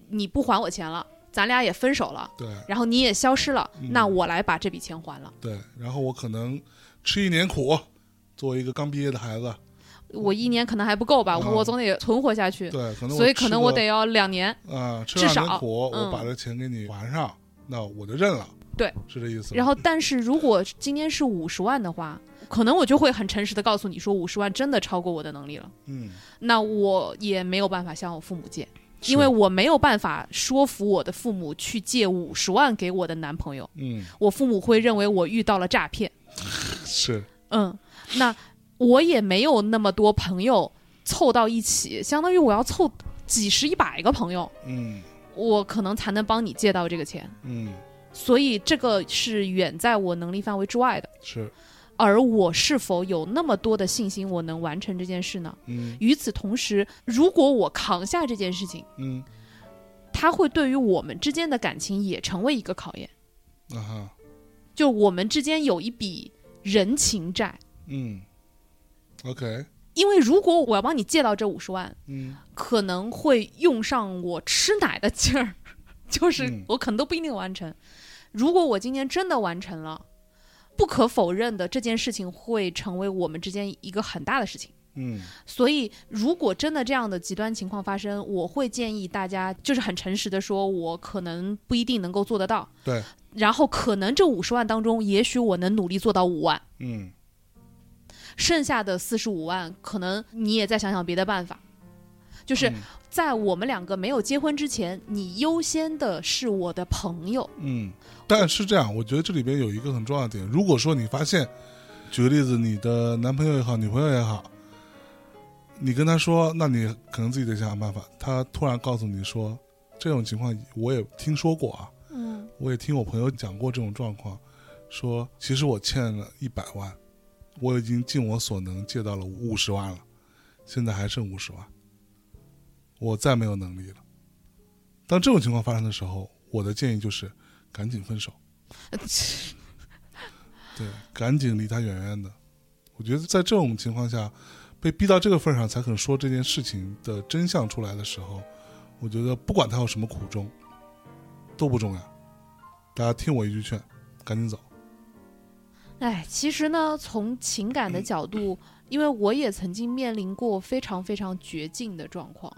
Speaker 2: 你不还我钱了，咱俩也分手了，
Speaker 3: 对
Speaker 2: 然后你也消失了，
Speaker 3: 嗯
Speaker 2: 那我来把这笔钱还了。
Speaker 3: 对，然后我可能吃一年苦，作为一个刚毕业的孩子，
Speaker 2: 我一年可能还不够吧，
Speaker 3: 嗯
Speaker 2: 我总得存活下去，
Speaker 3: 对，可能
Speaker 2: 所以可能我
Speaker 3: 吃
Speaker 2: 得要两年。
Speaker 3: 个啊、吃
Speaker 2: 至
Speaker 3: 两年
Speaker 2: 少
Speaker 3: 苦，我
Speaker 2: 嗯
Speaker 3: 把这钱给你还上，那我就认了，
Speaker 2: 对，
Speaker 3: 是这意思吧。
Speaker 2: 然后，但是如果今天是五十万的话，可能我就会很诚实的告诉你说，五十万真的超过我的能力了。
Speaker 3: 嗯，
Speaker 2: 那我也没有办法向我父母借，
Speaker 3: 是
Speaker 2: 因为我没有办法说服我的父母去借五十万给我的男朋友，
Speaker 3: 嗯
Speaker 2: 我父母会认为我遇到了诈骗。
Speaker 3: 是
Speaker 2: 嗯，那我也没有那么多朋友凑到一起，相当于我要凑几十一百个朋友，
Speaker 3: 嗯
Speaker 2: 我可能才能帮你借到这个钱。
Speaker 3: 嗯
Speaker 2: 所以这个是远在我能力范围之外的。
Speaker 3: 是
Speaker 2: 而我是否有那么多的信心，我能完成这件事呢？
Speaker 3: 嗯
Speaker 2: 与此同时，如果我扛下这件事情，
Speaker 3: 嗯
Speaker 2: 它会对于我们之间的感情也成为一个考验。
Speaker 3: 啊哈
Speaker 2: 就我们之间有一笔人情债，
Speaker 3: 嗯，OK
Speaker 2: 因为如果我要帮你借到这五十万，
Speaker 3: 嗯
Speaker 2: 可能会用上我吃奶的劲儿， 就是
Speaker 3: 嗯
Speaker 2: 我可能都不一定完成。如果我今天真的完成了，不可否认的这件事情会成为我们之间一个很大的事情。
Speaker 3: 嗯
Speaker 2: 所以，如果真的这样的极端情况发生，我会建议大家就是很诚实的说，我可能不一定能够做得到。
Speaker 3: 对。
Speaker 2: 然后，可能这五十万当中，也许我能努力做到五万，
Speaker 3: 嗯
Speaker 2: 剩下的四十五万，可能你也再想想别的办法。就是
Speaker 3: 嗯
Speaker 2: 在我们两个没有结婚之前，你优先的是我的朋友。
Speaker 3: 嗯，但是这样，我觉得这里边有一个很重要的点，如果说你发现，举个例子，你的男朋友也好，女朋友也好。你跟他说，那你可能自己得想想办法。他突然告诉你说，这种情况我也听说过啊，
Speaker 2: 嗯，
Speaker 3: 我也听我朋友讲过这种状况，说其实我欠了一百万，我已经尽我所能借到了五十万了，现在还剩五十万，我再没有能力了。当这种情况发生的时候，我的建议就是赶紧分手，
Speaker 2: 呃
Speaker 3: 对，赶紧离他远远的。我觉得在这种情况下，被逼到这个份儿上才肯说这件事情的真相出来的时候，我觉得不管他有什么苦衷，都不重要。大家听我一句劝，赶紧走。
Speaker 2: 哎，其实呢，从情感的角度，因为我也曾经面临过非常非常绝境的状况，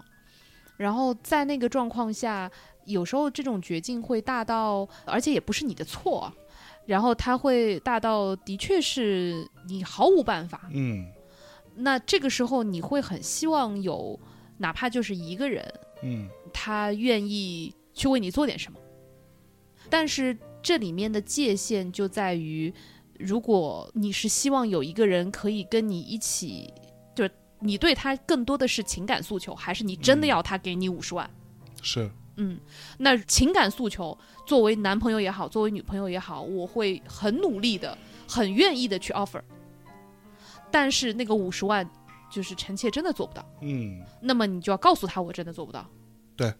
Speaker 2: 然后在那个状况下，有时候这种绝境会大到，而且也不是你的错啊，然后它会大到的确是你毫无办法。
Speaker 3: 嗯
Speaker 2: 那这个时候你会很希望有，哪怕就是一个人，
Speaker 3: 嗯
Speaker 2: 他愿意去为你做点什么。但是这里面的界限就在于，如果你是希望有一个人可以跟你一起，就是你对他更多的是情感诉求，还是你真的要他给你五十万？
Speaker 3: 是，
Speaker 2: 嗯，那情感诉求，作为男朋友也好，作为女朋友也好，我会很努力的、很愿意的去 offer。但是那个五十万，就是臣妾真的做不到。
Speaker 3: 嗯
Speaker 2: 那么你就要告诉他，我真的做不到。
Speaker 3: 对，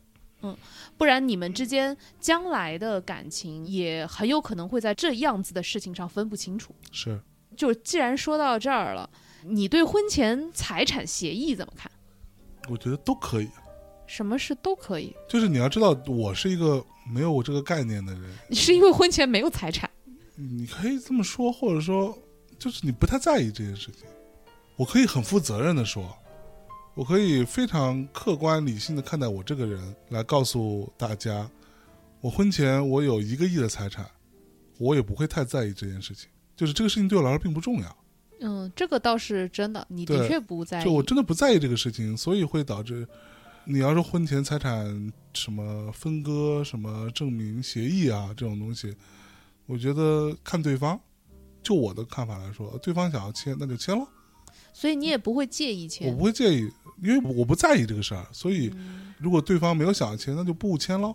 Speaker 2: 嗯，不然你们之间将来的感情也很有可能会在这样子的事情上分不清楚。
Speaker 3: 是，
Speaker 2: 就既然说到这儿了，你对婚前财产协议怎么看？
Speaker 3: 我觉得都可以。
Speaker 2: 什么事都可以，
Speaker 3: 就是你要知道，我是一个没有我这个概念的人，
Speaker 2: 你是因为婚前没有财产，
Speaker 3: 你可以这么说，或者说，就是你不太在意这件事情。我可以很负责任的说，我可以非常客观理性的看待我这个人，来告诉大家，我婚前我有一个亿的财产，我也不会太在意这件事情。就是这个事情对我来说并不重要，
Speaker 2: 嗯，这个倒是真的，你
Speaker 3: 对
Speaker 2: 的确不在意。
Speaker 3: 就我真的不在意这个事情，所以会导致你要说婚前财产什么分割、什么证明协议啊这种东西，我觉得看对方。就我的看法来说，对方想要签那就签了，
Speaker 2: 所以你也不会介意
Speaker 3: 我
Speaker 2: 钱
Speaker 3: 不。会介意，因为我不在意这个事儿，
Speaker 2: 嗯
Speaker 3: 所以如果对方没有想要签，那就不签喽。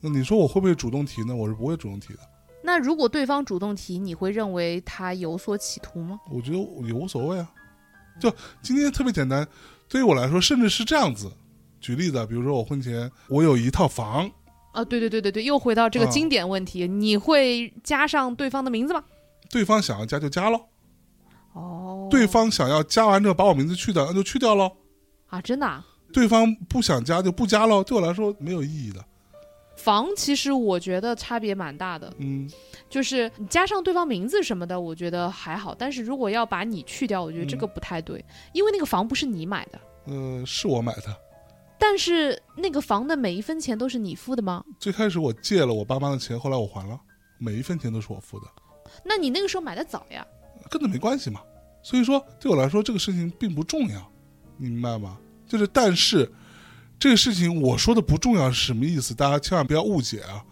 Speaker 3: 那你说我会不会主动提呢？我是不会主动提的，
Speaker 2: 那如果对方主动提，你会认为他有所企图吗？
Speaker 3: 我觉得也无所谓啊。就今天特别简单，对于我来说，甚至是这样子。举例子啊，比如说我婚前我有一套房，
Speaker 2: 啊，对对对对对，又回到这个
Speaker 3: 啊
Speaker 2: 经典问题，你会加上对方的名字吗？
Speaker 3: 对方想要加就加喽，
Speaker 2: 哦，
Speaker 3: 对方想要加完之后把我名字去掉，那就去掉喽。
Speaker 2: 啊，真的、啊。
Speaker 3: 对方不想加就不加喽，对我来说没有意义的。
Speaker 2: 房其实我觉得差别蛮大的，
Speaker 3: 嗯，
Speaker 2: 就是你加上对方名字什么的，我觉得还好。但是如果要把你去掉，我觉得这
Speaker 3: 嗯
Speaker 2: 个不太对，因为那个房不是你买的，
Speaker 3: 呃，是我买的，
Speaker 2: 但是那个房的每一分钱都是你付的吗？
Speaker 3: 最开始我借了我爸妈的钱，后来我还了，每一分钱都是我付的。
Speaker 2: 那你那个时候买的早呀。
Speaker 3: 跟这没关系嘛。所以说，对我来说这个事情并不重要，你明白吗？就是，但是这个事情我说的不重要是什么意思？大家千万不要误解啊！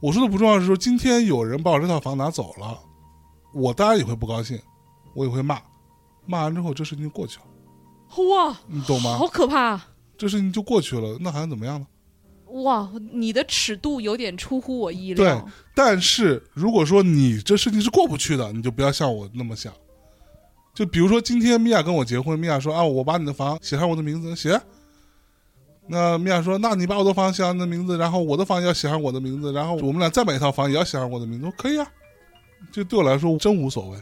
Speaker 3: 我说的不重要是说，今天有人把我这套房拿走了，我当然也会不高兴，我也会骂，骂完之后这事情就过去了，
Speaker 2: 哇，
Speaker 3: 你懂吗
Speaker 2: 好？可怕！啊
Speaker 3: 这事情就过去了，那还能怎么样呢？
Speaker 2: 哇，你的尺度有点出乎我意料。
Speaker 3: 但是如果说你这事情是过不去的，你就不要像我那么想。就比如说今天米娅跟我结婚，米娅说啊，我把你的房写上我的名字，写。那米娅说，那你把我的房写上你的名字，然后我的房也要写上我的名字，然后我们俩再买一套房也要写上我的名字，我说可以啊。就对我来说真无所谓，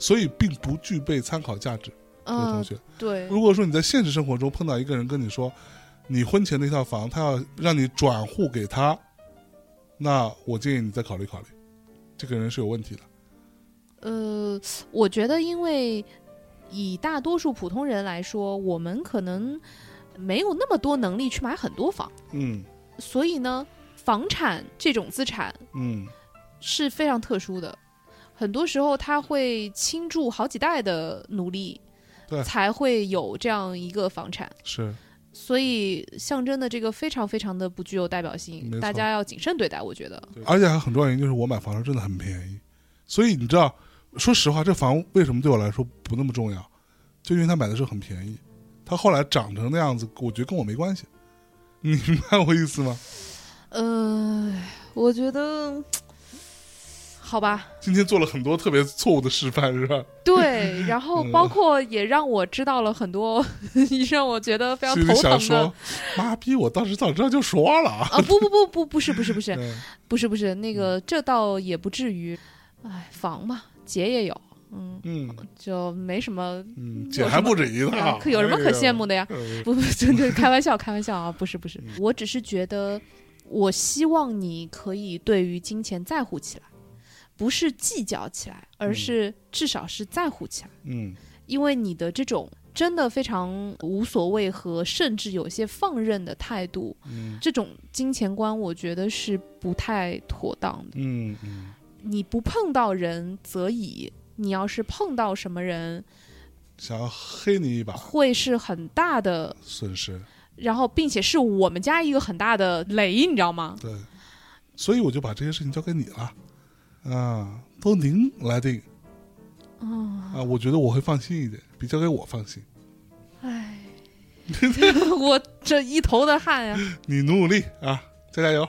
Speaker 3: 所以并不具备参考价值。这位同
Speaker 2: 嗯，
Speaker 3: 学，
Speaker 2: 对，
Speaker 3: 如果说你在现实生活中碰到一个人跟你说，你婚前那套房他要让你转户给他，那我建议你再考虑考虑，这个人是有问题的。
Speaker 2: 呃，我觉得因为以大多数普通人来说，我们可能没有那么多能力去买很多房，
Speaker 3: 嗯
Speaker 2: 所以呢，房产这种资产
Speaker 3: 嗯，
Speaker 2: 是非常特殊的，很多时候它会倾注好几代的努力
Speaker 3: 对，
Speaker 2: 才会有这样一个房产。
Speaker 3: 是
Speaker 2: 所以象征的这个非常非常的不具有代表
Speaker 3: 没
Speaker 2: 性，
Speaker 3: 错
Speaker 2: 大家要谨慎对待。我觉得，
Speaker 3: 而且还很重要的一点就是我买房时真的很便宜，所以你知道，说实话，这房为什么对我来说不那么重要，就因为他买的时候很便宜，他后来涨成那样子，我觉得跟我没关系，你明白我意思吗？
Speaker 2: 呃，我觉得，好吧，
Speaker 3: 今天做了很多特别错误的示范，是吧？
Speaker 2: 对，然
Speaker 3: 嗯
Speaker 2: 后包括也让我知道了很多， 让我觉得非常
Speaker 3: 心里
Speaker 2: 头
Speaker 3: 想
Speaker 2: 疼啊的
Speaker 3: 说。，妈逼，我当时早知道就说了啊。
Speaker 2: 啊，不不不不，不是不是不 是
Speaker 3: 嗯
Speaker 2: 不是不是，那个这倒也不至于，哎，房嘛，姐也有，嗯，
Speaker 3: 嗯
Speaker 2: 就没什么，
Speaker 3: 嗯，姐还不止一
Speaker 2: 啊
Speaker 3: 套，
Speaker 2: 可有什么可羡 慕的呀？
Speaker 3: 哎呦？
Speaker 2: 不不，真 的开玩笑，开玩笑啊，不是不是，
Speaker 3: 嗯
Speaker 2: 我只是觉得，我希望你可以对于金钱在乎起来，不是计较起来，而
Speaker 3: 嗯
Speaker 2: 是至少是在乎起来，
Speaker 3: 嗯
Speaker 2: 因为你的这种真的非常无所谓和甚至有些放任的态度，
Speaker 3: 嗯
Speaker 2: 这种金钱观，我觉得是不太妥当的。
Speaker 3: 嗯嗯，
Speaker 2: 你不碰到人则已，你要是碰到什么人，
Speaker 3: 想要黑你一把，
Speaker 2: 会是很大的，
Speaker 3: 损失
Speaker 2: 然后并且是我们家一个很大的雷，你知道吗？
Speaker 3: 对，所以我就把这些事情交给你了，啊，都您来定
Speaker 2: 嗯，
Speaker 3: 啊，我觉得我会放心一点，比交给我放心。
Speaker 2: 唉， 我这一头的汗呀、
Speaker 3: 你努努力啊，加加油。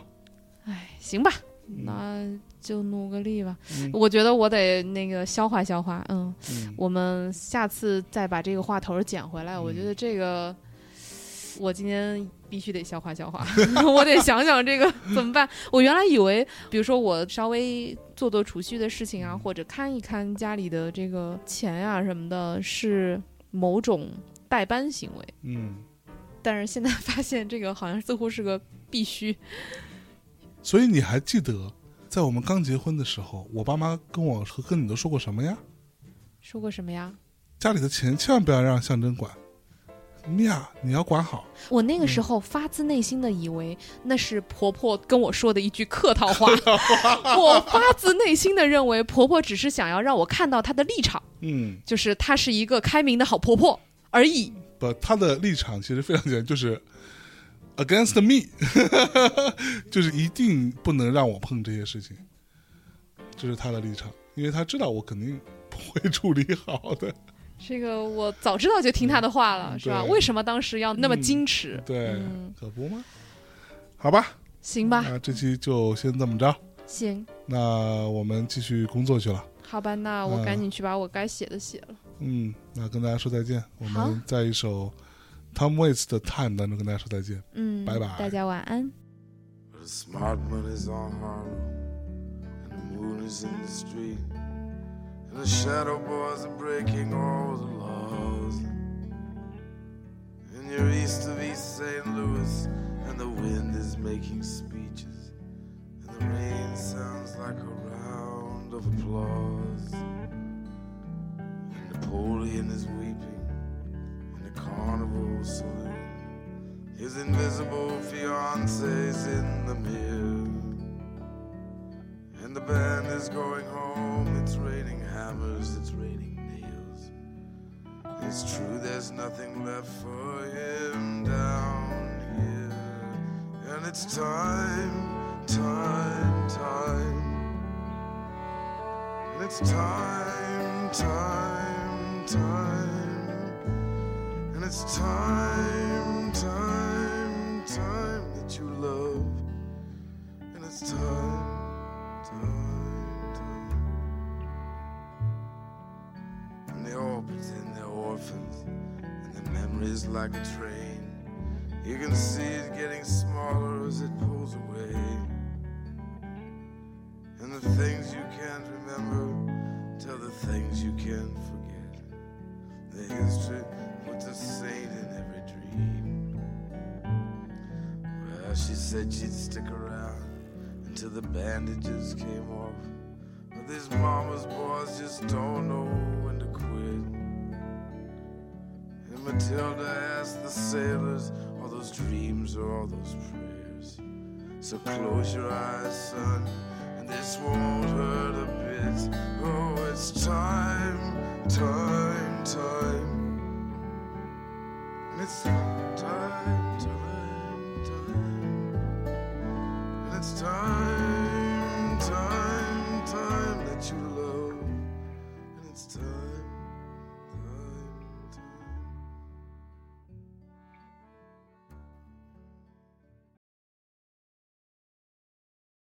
Speaker 2: 唉，行吧，
Speaker 3: 嗯
Speaker 2: 那就努个力吧。
Speaker 3: 嗯
Speaker 2: 我觉得我得那个消化消化，嗯，
Speaker 3: 嗯
Speaker 2: 我们下次再把这个话头儿捡回来。我觉得这个，我今天必须得消化消化， 我得想想这个怎么办。我原来以为，比如说我稍微做做储蓄的事情啊，或者看一看家里的这个钱啊什么的，是某种代班行为。
Speaker 3: 嗯，
Speaker 2: 但是现在发现这个好像似乎是个必须。
Speaker 3: 所以你还记得在我们刚结婚的时候，我爸妈跟我和跟你都说过什么呀？
Speaker 2: 说过什么呀？
Speaker 3: 家里的钱千万不要让象征管，米娅，你要管好。
Speaker 2: 我那
Speaker 3: 嗯
Speaker 2: 个时候发自内心的以为那是婆婆跟我说的一句客套话， 我发自内心的认为婆婆只是想要让我看到她的立场，
Speaker 3: 嗯，
Speaker 2: 就是她是一个开明的好婆婆而已。
Speaker 3: 不，他的立场其实非常简单，就是 against me，就是一定不能让我碰这些事情，这是他的立场，因为他知道我肯定不会处理好的。
Speaker 2: 这个我早知道就听她的话了，是吧？
Speaker 3: 嗯对
Speaker 2: 为什么当时要那么矜持？
Speaker 3: 对，
Speaker 2: 嗯
Speaker 3: 可不吗？好吧，
Speaker 2: 行吧，
Speaker 3: 那这期就先这么着，
Speaker 2: 行，
Speaker 3: 那我们继续工作去了。
Speaker 4: 好吧，那我
Speaker 3: 嗯
Speaker 4: 赶紧去把我该写的写了。
Speaker 3: 嗯，那跟大家说再见，我
Speaker 2: 好
Speaker 3: 们在一首 Tom Waits 的《Time》当中跟大家说再见。
Speaker 2: 嗯，
Speaker 3: 拜拜
Speaker 2: 大家晚安。
Speaker 6: The smart money's on Harlem, and the moon is in the street, and the shadow boys are breaking all the laws. And you're east of East St. Louis, and the wind is making speeches, and the rain sounds like a round of applause. And Napoleon is weeping in the carnival saloon. His invisible fiance's in the mirror. And the band is going home. It's raining hammers, it's raining nails. It's true, there's nothing left for him down here. And it's time, time, time. And it's time, time, time. And it's time, time, time that you love. And it's time, time, time. And they all pretend they're orphans, and their memory's like a train. You can see it getting smaller as it pulls away. And the things you can't remember tell the things you can't forget. The history puts a saint in every dream. Well, she said she'd stick around until the bandages came off. But these mama's boys just don't know when to quit. And Matilda asked the sailors, all those dreams or all those prayers. So close your eyes, son, and this won't hurt a bit. Oh, it's time, time, time. And it's time, time, time. And it's time, time, time that you love. And it's time.